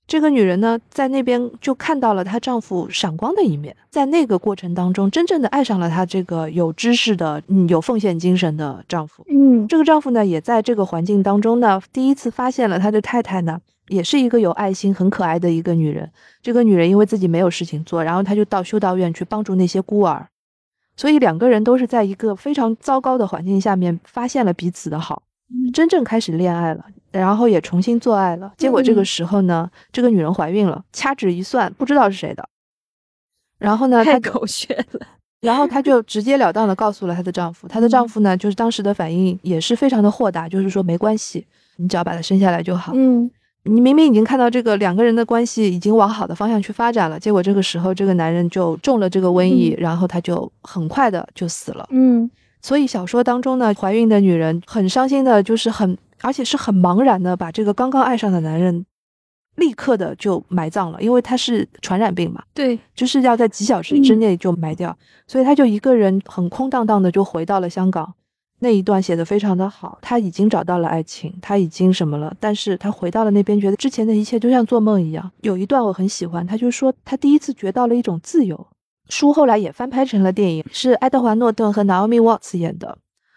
这个女人呢，在那边就看到了她丈夫闪光的一面，在那个过程当中，真正的爱上了她这个有知识的、嗯有奉献精神的丈夫。嗯这个丈夫呢，也在这个环境当中呢，第一次发现了他的太太呢，也是一个有爱心、很可爱的一个女人。这个女人因为自己没有事情做，然后她就到修道院去帮助那些孤儿。所以两个人都是在一个非常糟糕的环境下面发现了彼此的好，真正开始恋爱了，然后也重新做爱了。结果这个时候呢，这个女人怀孕了，掐指一算，不知道是谁的。然后呢，她太就狗血了，然后她就直截了当的告诉了她的丈夫，她的丈夫呢，就是当时的反应也是非常的豁达，就是说没关系，你只要把她生下来就好。嗯你明明已经看到这个两个人的关系已经往好的方向去发展了，结果这个时候这个男人就中了这个瘟疫，然后他就很快的就死了。嗯所以小说当中呢，怀孕的女人很伤心的，就是很而且是很茫然的把这个刚刚爱上的男人立刻的就埋葬了，因为他是传染病嘛。对，就是要在几小时之内就埋掉，所以他就一个人很空荡荡的就回到了香港。那一段写的非常的好，他已经找到了爱情，他已经什么了，但是他回到了那边，觉得之前的一切就像做梦一样。有一段我很喜欢，他就说他第一次觉到了一种自由，书后来也翻拍成了电影，是爱德华·诺顿和 Naomi Watts 演的，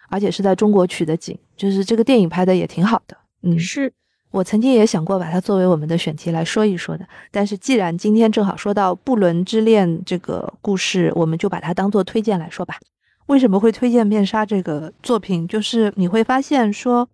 而且是在中国取的景，就是这个电影拍的也挺好的。嗯，是我曾经也想过把它作为我们的选题来说一说的，但是既然今天正好说到《布伦之恋》这个故事，我们就把它当做推荐来说吧。为什么会推荐《面纱》这个作品？就是你会发现说，《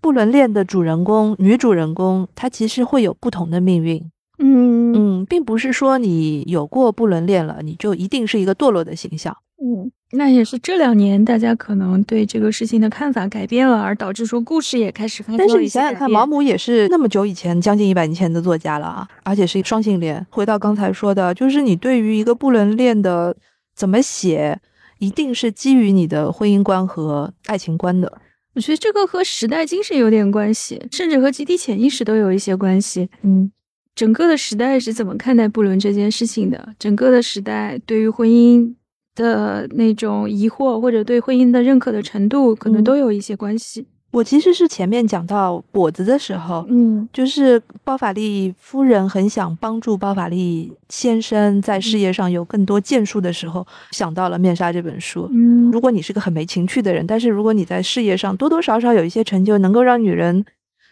布伦恋》的主人公、女主人公，她其实会有不同的命运。嗯嗯嗯，并不是说你有过不伦恋了，你就一定是一个堕落的形象。嗯，那也是这两年大家可能对这个事情的看法改变了，而导致说故事也开始发生了但一些改变。是你想想看，毛姆也是那么久以前，将近一百年前的作家了啊，而且是一个双性恋。回到刚才说的，就是你对于一个不伦恋的怎么写，一定是基于你的婚姻观和爱情观的。我觉得这个和时代精神有点关系，甚至和集体潜意识都有一些关系。嗯，整个的时代是怎么看待不伦这件事情的？整个的时代对于婚姻的那种疑惑，或者对婚姻的认可的程度，可能嗯都有一些关系。我其实是前面讲到果子的时候，嗯就是包法利夫人很想帮助包法利先生在事业上有更多建树的时候，想到了《面纱》这本书。嗯如果你是个很没情趣的人，但是如果你在事业上多多少少有一些成就，能够让女人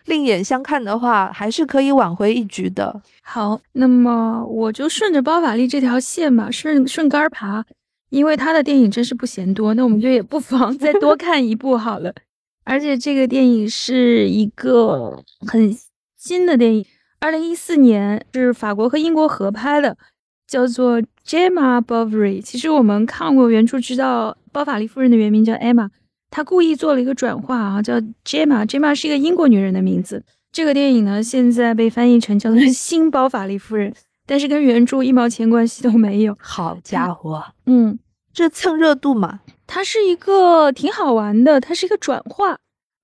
另眼相看的话，还是可以挽回一局的。好，那么我就顺着包法利这条线吧，顺顺杆儿爬，因为他的电影真是不嫌多，那我们就也不妨 再多看一部好了。而且这个电影是一个很新的电影，二零一四年是法国和英国合拍的，叫做《Gemma Bovary》。其实我们看过原著，知道包法利夫人的原名叫 Emma，她故意做了一个转化啊，叫 Gemma。Gemma 是一个英国女人的名字。这个电影呢，现在被翻译成叫做《新包法利夫人》，但是跟原著一毛钱关系都没有。好家伙，嗯，这蹭热度嘛！它是一个挺好玩的，它是一个转化，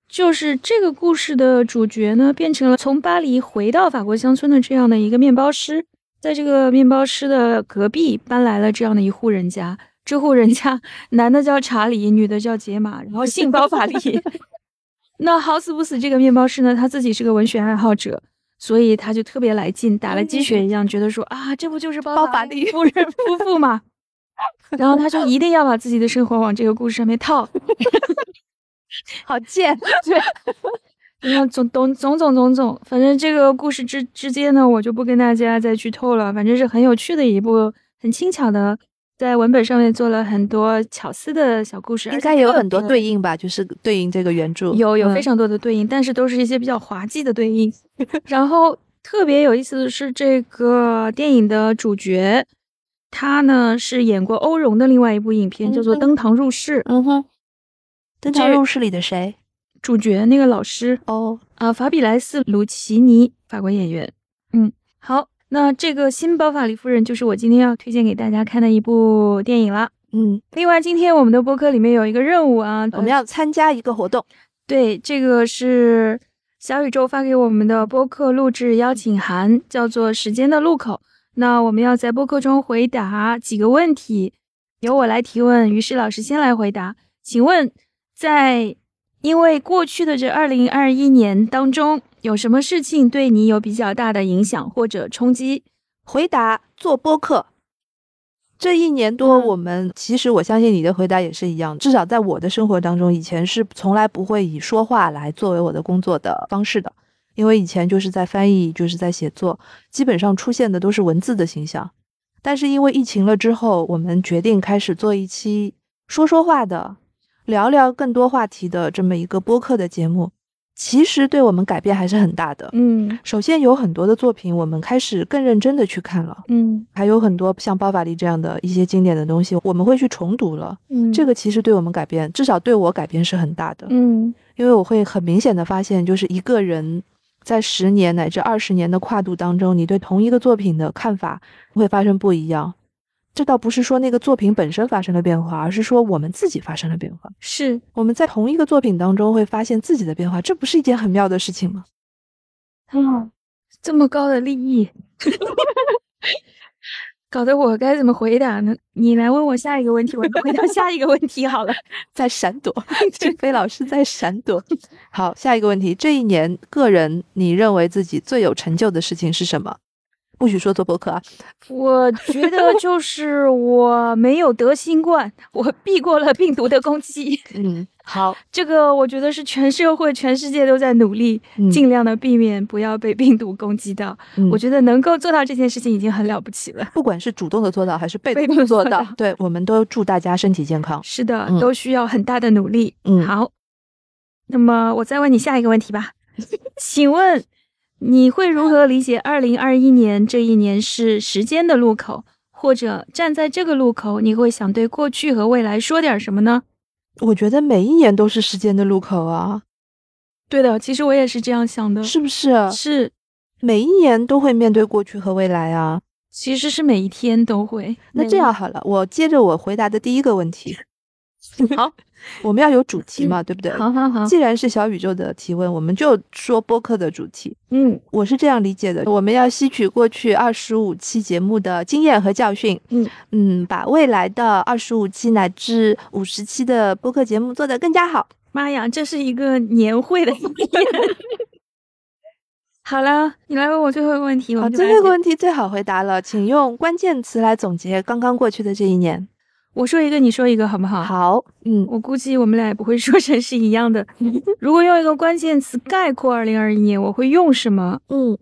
就是这个故事的主角呢，变成了从巴黎回到法国乡村的这样的一个面包师，在这个面包师的隔壁搬来了这样的一户人家。这户人家男的叫查理，女的叫杰玛，然后姓包法利。 那好死不死，这个面包师呢，他自己是个文学爱好者，所以他就特别来劲，打了鸡血一样，觉得说啊，这不就是包包法法利利夫人夫 妇吗？然后他就一定要把自己的生活往这个故事上面套，好贱，然后总总总总总总，反正这个故事之之间呢，我就不跟大家再剧透了。反正是很有趣的一部，很轻巧的，在文本上面做了很多巧思的小故事，应该有很多对。对应吧？就是对应这个原著，有有嗯非常多的对应，但是都是一些比较滑稽的对应。然后特别有意思的是，这个电影的主角，他呢是演过欧荣的另外一部影片，叫做嗯《登堂入室》，嗯哼，登堂这入室里的谁？主角那个老师哦，啊、法比莱斯·鲁奇尼，法国演员。嗯，好，那这个《新包法利夫人》就是我今天要推荐给大家看的一部电影啦。嗯，另外，今天我们的播客里面有一个任务啊，我们要参加一个活动，对，这个是小宇宙发给我们的播客录制邀请函，叫做《时间的路口》。那我们要在播客中回答几个问题，由我来提问，于是老师先来回答。请问，在因为过去的这二零二一年当中，有什么事情对你有比较大的影响或者冲击？回答做播客。这一年多，嗯我们、其实我相信你的回答也是一样的，至少在我的生活当中，以前是从来不会以说话来作为我的工作的方式的，因为以前就是在翻译，就是在写作，基本上出现的都是文字的形象。但是因为疫情了之后，我们决定开始做一期说说话的，聊聊更多话题的这么一个播客的节目，其实对我们改变还是很大的。嗯首先有很多的作品，我们开始更认真的去看了，嗯还有很多像包法利这样的一些经典的东西，我们会去重读了。嗯这个其实对我们改变，至少对我改变是很大的，嗯因为我会很明显的发现，就是一个人在十年乃至二十年的跨度当中，你对同一个作品的看法会发生不一样。这倒不是说那个作品本身发生了变化，而是说我们自己发生了变化。是我们在同一个作品当中会发现自己的变化，这不是一件很妙的事情吗？嗯，这么高的利益， 搞得我该怎么回答呢？你来问我下一个问题，我就回答下一个问题好了。 在闪躲， 金飞老师在闪躲。好，下一个问题，这一年个人你认为自己最有成就的事情是什么？不许说做博客啊！我觉得就是我没有得新冠，我避过了病毒的攻击。嗯，好，这个我觉得是全社会、全世界都在努力，嗯尽量的避免不要被病毒攻击到。嗯我觉得能够做到这件事情已经很了不起了。不管是主动的做到还是被被动动的做做到到，对我们都祝大家身体健康。是的，嗯都需要很大的努力。嗯好，那么我再问你下一个问题吧，请问你会如何理解二零二一年这一年是时间的路口，或者站在这个路口，你会想对过去和未来说点什么呢？我觉得每一年都是时间的路口啊，对的，其实我也是这样想的，是不是？是，每一年都会面对过去和未来啊。其实是每一天都会。那这样好了，我接着我回答的第一个问题。好， 嗯我们要有主题嘛，对不对？每，好好好，既然是小宇宙的提问，我们就说播客的主题。嗯我是这样理解的，我们要吸取过去二十五期节目的经验和教训，嗯嗯，把未来的二十五期乃至五十期的播客节目做得更加好。妈呀，这是一个年会的一天。 好了，你来问我最后一个问题，我啊，们就来最后一个结问题最好回答了，请用关键词来总结刚刚过去的这一年。我说一个，你说一个，好不好？好，嗯，我估计我们俩也不会说成是一 样的。如果用一个关键词概括二零二一年，我会用什么？嗯，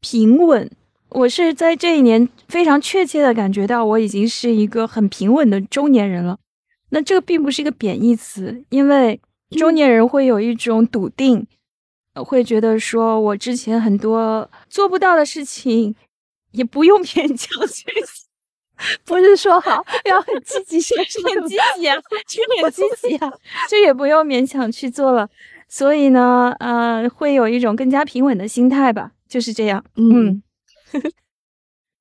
平稳。我是在这一年非常确切的感觉到，我已经是一个很平稳的中年人了。那这个并不是一个贬义词，因为中年人会有一种笃定，呃会觉得说我之前很多做不到的事情，也不用勉强去不是说 好要很积极学 习很积极啊，这我很积极啊，这也不用勉强去做了。所以呢，呃，会有一种更加平稳的心态吧，就是这样。嗯，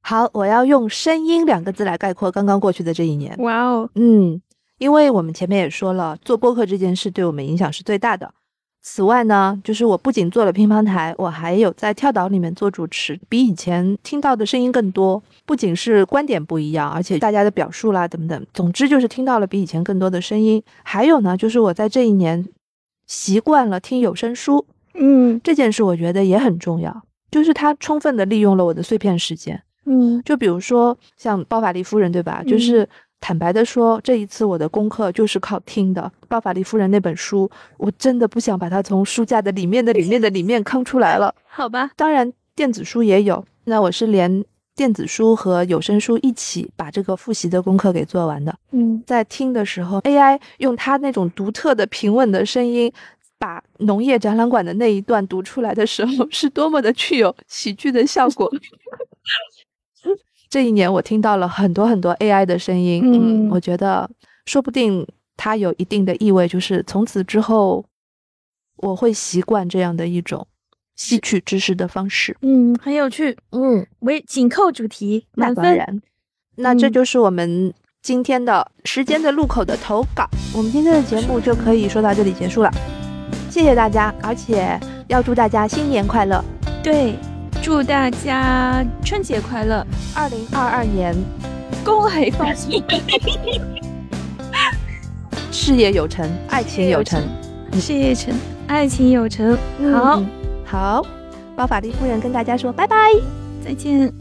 好，我要用“声音”两个字来概括刚刚过去的这一年。哇哦，嗯，因为我们前面也说了，做播客这件事对我们影响是最大的。此外呢，就是我不仅做了乒乓台，我还有在跳岛里面做主持，比以前听到的声音更多。不仅是观点不一样，而且大家的表述啦等等，总之就是听到了比以前更多的声音。还有呢，就是我在这一年习惯了听有声书，嗯这件事我觉得也很重要，就是它充分的利用了我的碎片时间。嗯就比如说像包法利夫人，对吧？就嗯是坦白的说，这一次我的功课就是靠听的。包法利夫人那本书，我真的不想把它从书架的里面的里面的里面坑出来了。好吧，当然，电子书也有，那我是连电子书和有声书一起把这个复习的功课给做完的。嗯在听的时候，AI 用它那种独特的平稳的声音，把农业展览馆的那一段读出来的时候， 是多么的具有喜剧的效果。这一年，我听到了很多很多 AI 的声音，嗯我觉得说不定它有一定的意味，就是从此之后，我会习惯这样的一种吸取知识的方式。嗯，很有趣。嗯，为紧扣主题，那满当分。然，那这嗯就是我们今天的时间的路口的投稿。我们今天的节目就可以说到这里结束了，谢谢大家，而且要祝大家新年快乐，对，祝大家春节快乐，二零二二年恭喜发财，事业有成，爱情有成。事业成，爱情有成。嗯好，好，包法利夫人跟大家说拜拜。再见。